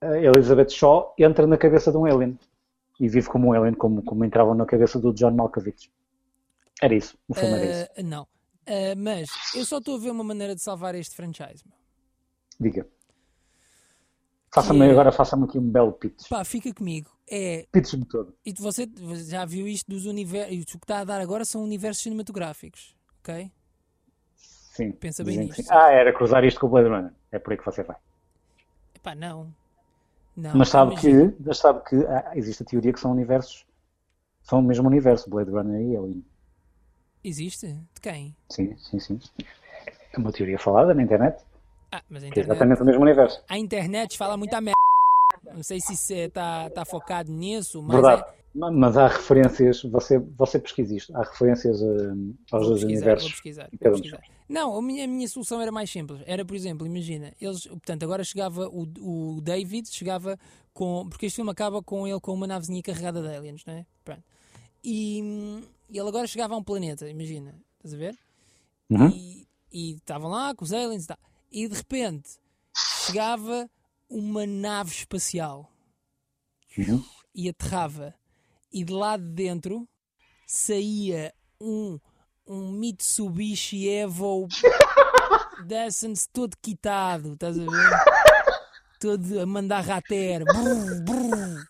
Speaker 3: a Elizabeth Shaw entra na cabeça de um alien e vive como um alien, como, como entravam na cabeça do John Malkovich. Era isso, o filme era isso.
Speaker 2: ah, não, Ah, mas eu só estou a ver uma maneira de salvar este franchise, meu.
Speaker 3: Diga. Faça-me
Speaker 2: é-
Speaker 3: agora, faça-me aqui um belo pitch.
Speaker 2: pá, fica comigo, é
Speaker 3: Pitch-me todo.
Speaker 2: E tu- você já viu isto dos universos. O que está a dar agora são universos cinematográficos, ok?
Speaker 3: Sim.
Speaker 2: Pensa bem
Speaker 3: dizem que
Speaker 2: nisto.
Speaker 3: sim. Ah, era cruzar isto com o Blade Runner. É por aí que você vai.
Speaker 2: Epá, não. não.
Speaker 3: Mas sabe
Speaker 2: imagina.
Speaker 3: que, mas sabe que ah, existe a teoria que são universos, são o mesmo universo, Blade Runner e Alien.
Speaker 2: Existe? De quem?
Speaker 3: Sim, sim, sim. É uma teoria falada na internet,
Speaker 2: Ah, mas a
Speaker 3: que é
Speaker 2: internet.
Speaker 3: exatamente o mesmo universo.
Speaker 2: A internet fala muita merda. Não sei se você está tá focado nisso, mas
Speaker 3: Verdade.
Speaker 2: é-
Speaker 3: Ma- Mas há referências, você, você pesquisa isto, há referências hum, aos
Speaker 2: Vou
Speaker 3: dois
Speaker 2: pesquisar, vou
Speaker 3: universos.
Speaker 2: pesquisar, vou
Speaker 3: cada um
Speaker 2: pesquisar. Não, a minha, a minha solução era mais simples. Era, por exemplo, imagina, eles, portanto, agora chegava o, o David, chegava com. Porque este filme acaba com ele com uma navezinha carregada de aliens, não é? Pronto. E hum, ele agora chegava a um planeta, imagina, estás a ver?
Speaker 3: Uhum.
Speaker 2: E- E estavam lá com os aliens e tal. E de repente chegava uma nave espacial
Speaker 3: Uhum.
Speaker 2: e aterrava. E de lá de dentro saía um, um Mitsubishi Evo Descent todo quitado, estás a ver? Todo a mandar rater. Brrr, brrr.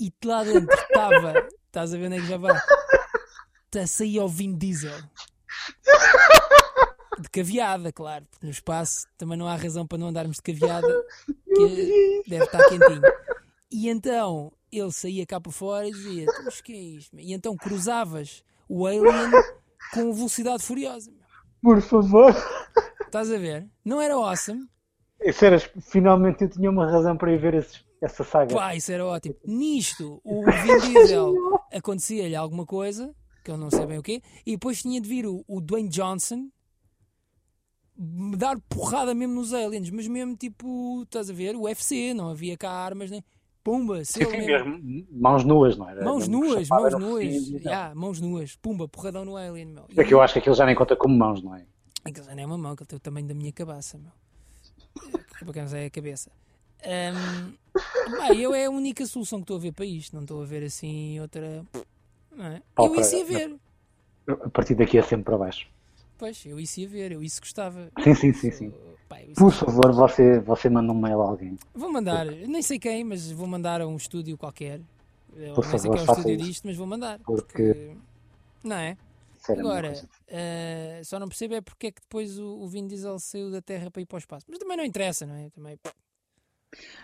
Speaker 2: E de lá dentro estava, estás a ver onde é que já vai? Tá, saía o Vin Diesel. De caveada, claro, porque no espaço também não há razão para não andarmos de caveada, que deve estar quentinho. E então ele saía cá para fora e dizia: "Então, Mas que é isto? meu?" E então cruzavas o alien com velocidade furiosa. meu.
Speaker 3: Por favor. [LAUGHS]
Speaker 2: Estás a ver? Não era awesome?
Speaker 3: Isso era, finalmente eu tinha uma razão para ir ver esses- essa saga.
Speaker 2: Pá, isso era ótimo. Nisto, o Vin Diesel acontecia-lhe alguma coisa, que eu não sei bem o quê, e depois tinha de vir o, o Dwayne Johnson me dar porrada mesmo nos aliens, mas mesmo tipo, estás a ver? UFC, não havia cá armas nem. Pumba, se ele mesmo.
Speaker 3: Mãos nuas, não era?
Speaker 2: Mãos
Speaker 3: Era um
Speaker 2: nuas,
Speaker 3: chapado,
Speaker 2: mãos
Speaker 3: era um
Speaker 2: nuas.
Speaker 3: focinho, não.
Speaker 2: Ya, mãos nuas. Pumba, porradão no alien, meu.
Speaker 3: É que eu acho que aquilo já nem conta como mãos, não é?
Speaker 2: Aquilo já não é uma mão, aquilo tem o tamanho da minha cabeça, meu. Que para quem não sabe é a cabeça. Ahm, pá, eu é a única solução que estou a ver para isto. Não estou a ver assim outra. não é?
Speaker 3: Pau
Speaker 2: Eu isso ia
Speaker 3: Pereira.
Speaker 2: ver.
Speaker 3: A partir daqui é sempre para baixo.
Speaker 2: Pois, eu isso ia ver, eu isso gostava.
Speaker 3: Sim, sim, sim, sim.
Speaker 2: Pá, eu isso-
Speaker 3: Por favor, você, você manda um mail a alguém.
Speaker 2: Vou mandar, eu nem sei quem, mas vou mandar a um estúdio qualquer. Eu
Speaker 3: Por
Speaker 2: não sei
Speaker 3: favor,
Speaker 2: quem é o
Speaker 3: faça
Speaker 2: estúdio
Speaker 3: isso.
Speaker 2: disto, mas vou mandar.
Speaker 3: Porque-
Speaker 2: Não é?
Speaker 3: Sério, uma
Speaker 2: Agora,
Speaker 3: coisa.
Speaker 2: eh, só não percebo é porque é que depois o, o Vin Diesel saiu da Terra para ir para o espaço. Mas também não interessa, não é? Também...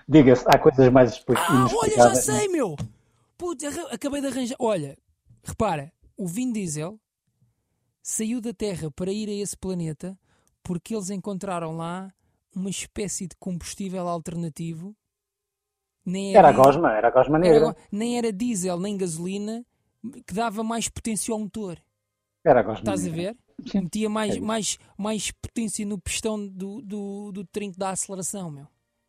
Speaker 3: Diga-se, há coisas mais expli-
Speaker 2: Ah, olha, já
Speaker 3: inexplicadas.
Speaker 2: sei, meu! Putz, arra- acabei de arranjar. Olha, repara, o Vin Diesel saiu da Terra para ir a esse planeta porque eles encontraram lá uma espécie de combustível alternativo. Nem
Speaker 3: Era a
Speaker 2: diesel-
Speaker 3: gosma, era a gosma
Speaker 2: era
Speaker 3: negra.
Speaker 2: go- nem era diesel, nem gasolina, que dava mais potência ao motor.
Speaker 3: Era a gosma
Speaker 2: Estás a
Speaker 3: negra.
Speaker 2: ver?
Speaker 3: Sim.
Speaker 2: Metia
Speaker 3: É
Speaker 2: mais,
Speaker 3: isso.
Speaker 2: mais, mais potência no pistão do, do, do trinco da aceleração, meu.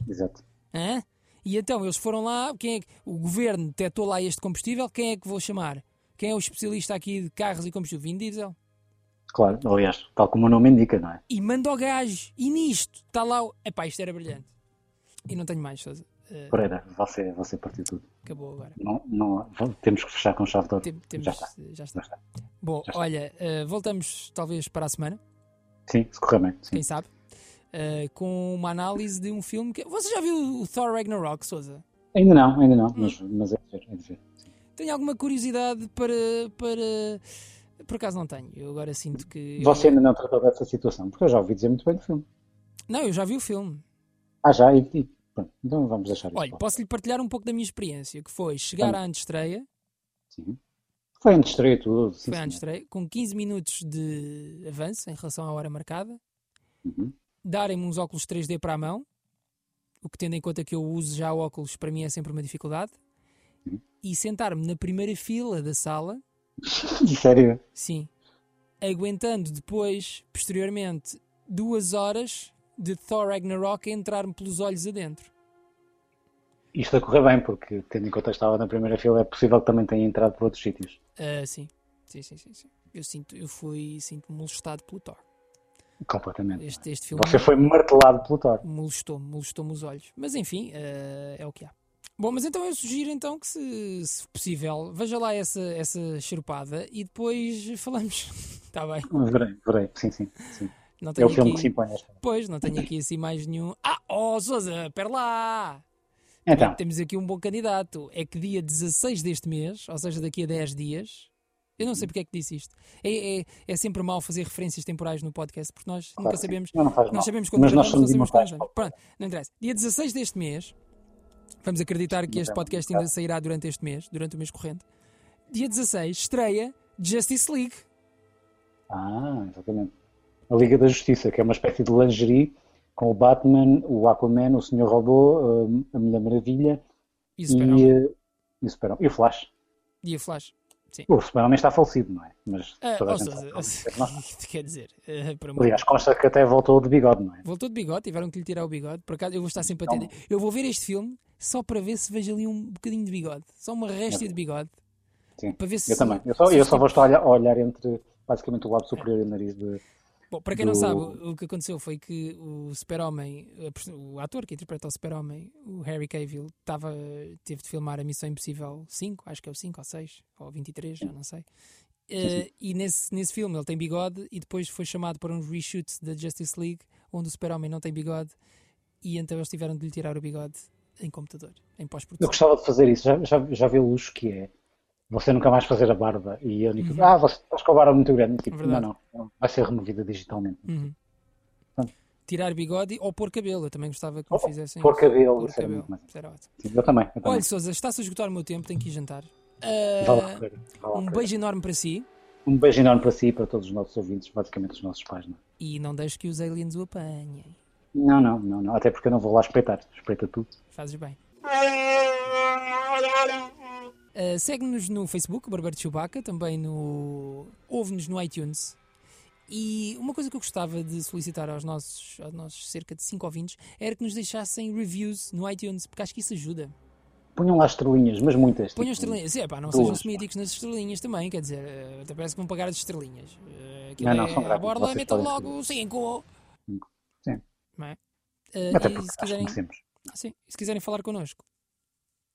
Speaker 3: Exato.
Speaker 2: Hã? E então eles foram lá, quem é que- o governo detectou lá este combustível, quem é que vou chamar? Quem é o especialista aqui de carros e combustível? Vin Diesel.
Speaker 3: Claro, aliás, tal como o nome indica, não é?
Speaker 2: E manda o gajo. E nisto, está lá o... Epá, isto era brilhante. E não tenho mais, Sousa. Eh,
Speaker 3: Pereira, você, você partiu tudo.
Speaker 2: acabou agora.
Speaker 3: Não, não, temos que fechar com chave de ouro.
Speaker 2: Tem- temos-
Speaker 3: Já está.
Speaker 2: já
Speaker 3: Já
Speaker 2: está.
Speaker 3: está.
Speaker 2: Bom,
Speaker 3: Já está.
Speaker 2: olha, eh, voltamos talvez para a semana,
Speaker 3: Sim, se correr bem. Sim.
Speaker 2: quem sabe, eh, com uma análise de um filme que... Você já viu o Thor Ragnarok, Sousa?
Speaker 3: Ainda não, ainda não, mas,
Speaker 2: Hum.
Speaker 3: mas é de ver, é de ver.
Speaker 2: Tenho alguma curiosidade para... para... Por acaso não tenho. Eu agora sinto que... eu-
Speaker 3: Você ainda não tratou dessa situação, porque eu já ouvi dizer muito bem do filme.
Speaker 2: Não, eu já vi o filme.
Speaker 3: Ah, já, e, e pronto, então vamos deixar isso.
Speaker 2: Olha,
Speaker 3: lá.
Speaker 2: posso-lhe partilhar um pouco da minha experiência, que foi chegar à antestreia,
Speaker 3: Sim. Foi antes de estreia tudo, sim,
Speaker 2: foi à
Speaker 3: senhor.
Speaker 2: antestreia, com 15 minutos de avanço em relação à hora marcada,
Speaker 3: Uhum.
Speaker 2: darem-me uns óculos 3D para a mão, o que tendo em conta que eu uso já óculos, para mim é sempre uma dificuldade,
Speaker 3: Uhum.
Speaker 2: e sentar-me na primeira fila da sala,
Speaker 3: Sério?
Speaker 2: sim, aguentando depois, posteriormente, duas horas de Thor Ragnarok a entrar-me pelos olhos adentro.
Speaker 3: Isto a correr bem, porque tendo em conta que estava na primeira fila, é possível que também tenha entrado por outros sítios.
Speaker 2: Ah, sim. Sim, sim, sim, sim. Eu sinto, eu fui, sinto-me molestado pelo Thor.
Speaker 3: Completamente.
Speaker 2: Este, este filme
Speaker 3: Você foi martelado pelo Thor.
Speaker 2: molestou-me, molestou-me os olhos. Mas enfim, eh, é o que há. Bom, mas então eu sugiro então que se, se possível, veja lá essa, essa charupada e depois falamos. [LAUGHS] Está bem.
Speaker 3: Verei, verei, sim, sim. sim.
Speaker 2: Não
Speaker 3: É
Speaker 2: tenho
Speaker 3: o filme que
Speaker 2: aqui...
Speaker 3: se impõe a esta.
Speaker 2: Pois, não tenho aqui assim mais nenhum. Ah, oh, Sousa, pera lá!
Speaker 3: Então,
Speaker 2: Temos aqui um bom candidato. É que dia 16 deste mês, ou seja, daqui a 10 dias. Eu
Speaker 3: Uhum.
Speaker 2: não sei porque é que disse isto. É, é, é sempre mau fazer referências temporais no podcast, porque nós
Speaker 3: claro
Speaker 2: nunca
Speaker 3: que sim.
Speaker 2: sabemos.
Speaker 3: Não, não faz mal.
Speaker 2: Nós sabemos quando
Speaker 3: Mas nós
Speaker 2: gravamos,
Speaker 3: somos
Speaker 2: não sabemos quando
Speaker 3: imortais.
Speaker 2: gravamos. Pronto, não interessa. Dia 16 deste mês, vamos acreditar que
Speaker 3: Mas
Speaker 2: este
Speaker 3: é um
Speaker 2: podcast
Speaker 3: bocado.
Speaker 2: ainda sairá durante este mês, durante o mês corrente. Dia 16 estreia Justice League.
Speaker 3: Ah, exatamente. A Liga da Justiça, que é uma espécie de lingerie com o Batman, o Aquaman, o Senhor Robô, hum, a Mulher Maravilha
Speaker 2: E o
Speaker 3: e,
Speaker 2: Super-Homem.
Speaker 3: eh, e o Superman. E o Flash.
Speaker 2: Dia Flash. Sim.
Speaker 3: O Superman está falecido, não é? Mas
Speaker 2: Ah,
Speaker 3: toda a
Speaker 2: ou
Speaker 3: gente
Speaker 2: [LAUGHS] seja,
Speaker 3: sabe como é que
Speaker 2: quer dizer, ah, por
Speaker 3: é.
Speaker 2: amor de
Speaker 3: Aliás, consta que até voltou de bigode, não é?
Speaker 2: Voltou de bigode, tiveram que lhe tirar o bigode. Por acaso, eu vou estar sempre
Speaker 3: Então-
Speaker 2: atento. Eu vou ver este filme só para ver se vejo ali um bocadinho de bigode. Só uma réstia de bigode.
Speaker 3: Sim,
Speaker 2: Para ver se.
Speaker 3: Eu também. Eu só,
Speaker 2: se
Speaker 3: eu
Speaker 2: os
Speaker 3: só vou
Speaker 2: tipos-
Speaker 3: estar a olhar, a olhar entre basicamente o lábio superior e o nariz de.
Speaker 2: Bom, para quem não
Speaker 3: do-
Speaker 2: sabe, o o que aconteceu foi que o Super-Homem, a pers- o ator que interpreta o Super-Homem, o Harry Cavill, estava, teve de filmar a Missão Impossível 5, acho que é o 5 ou 6, ou 23, já não sei. Eh, e nesse, nesse filme ele tem bigode e depois foi chamado para um reshoot da Justice League, onde o Super-Homem não tem bigode, e então eles tiveram de lhe tirar o bigode em computador, em
Speaker 3: Eu
Speaker 2: pós-produção.
Speaker 3: gostava de fazer isso, já, já, já vi o luxo que é. Você nunca mais fazer a barba e a única. Ah, você estás com a barba muito grande. Tipo, não,
Speaker 2: Uhum. Verdade.
Speaker 3: não, não. Vai ser removida digitalmente.
Speaker 2: Uhum. Tirar bigode ou pôr cabelo, eu também gostava que me
Speaker 3: Oh,
Speaker 2: fizessem.
Speaker 3: pôr
Speaker 2: isso.
Speaker 3: cabelo,
Speaker 2: Pôr
Speaker 3: isso era
Speaker 2: cabelo,
Speaker 3: muito mais.
Speaker 2: isso era ótimo.
Speaker 3: Sim, Tipo, eu também, eu também.
Speaker 2: Olha, Souza, está-se a esgotar o meu tempo, tenho que ir jantar. Ah,
Speaker 3: Vá lá, Pereira, vá lá,
Speaker 2: um
Speaker 3: Pereira.
Speaker 2: beijo enorme para si
Speaker 3: Um beijo enorme para si e para todos os nossos ouvintes, basicamente os nossos pais. Não, é?
Speaker 2: e não deixe que os aliens o apanhem.
Speaker 3: não, não, não, não. até porque eu não vou lá espreitar. Espreita tudo.
Speaker 2: Fazes bem. Ah, Segue-nos no Facebook, Barbeiro de Chewbacca, também no. ouve-nos no iTunes. E uma coisa que eu gostava de solicitar aos nossos, aos nossos cerca de 5 ouvintes era que nos deixassem reviews no iTunes, porque acho que isso ajuda.
Speaker 3: Ponham lá estrelinhas, mas muitas.
Speaker 2: Ponham
Speaker 3: tipo,
Speaker 2: estrelinhas. Sim, pá, não
Speaker 3: duas,
Speaker 2: sejam
Speaker 3: pá.
Speaker 2: semíticos nas estrelinhas também, quer dizer, eh, até parece que vão pagar as estrelinhas. Eh, Aquilo
Speaker 3: Não, não,
Speaker 2: é,
Speaker 3: são grátis,
Speaker 2: A borla,
Speaker 3: vocês
Speaker 2: metam
Speaker 3: podem
Speaker 2: logo 5.
Speaker 3: Cinco. Sim.
Speaker 2: Não é? Eh,
Speaker 3: Até
Speaker 2: e
Speaker 3: porque
Speaker 2: se
Speaker 3: acho que
Speaker 2: quiserem,
Speaker 3: conhecemos.
Speaker 2: ah, sim, se quiserem falar connosco,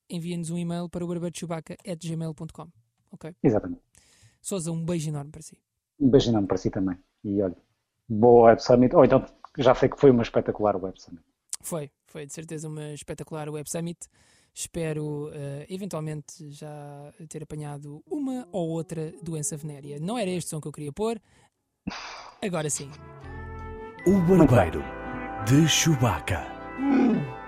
Speaker 2: enviem-nos um e-mail para o barbeiroschubaca.gmail.com Ok.
Speaker 3: Exatamente.
Speaker 2: Sousa, um beijo enorme para si.
Speaker 3: Um beijo enorme para si também. E olha, boa Web Summit. Ou então, já sei que foi uma espetacular Web Summit.
Speaker 2: Foi, foi de certeza uma espetacular Web Summit. Espero eh, eventualmente já ter apanhado uma ou outra doença venérea. Não era este som que eu queria pôr. Agora sim.
Speaker 1: O barbeiro de Chewbacca.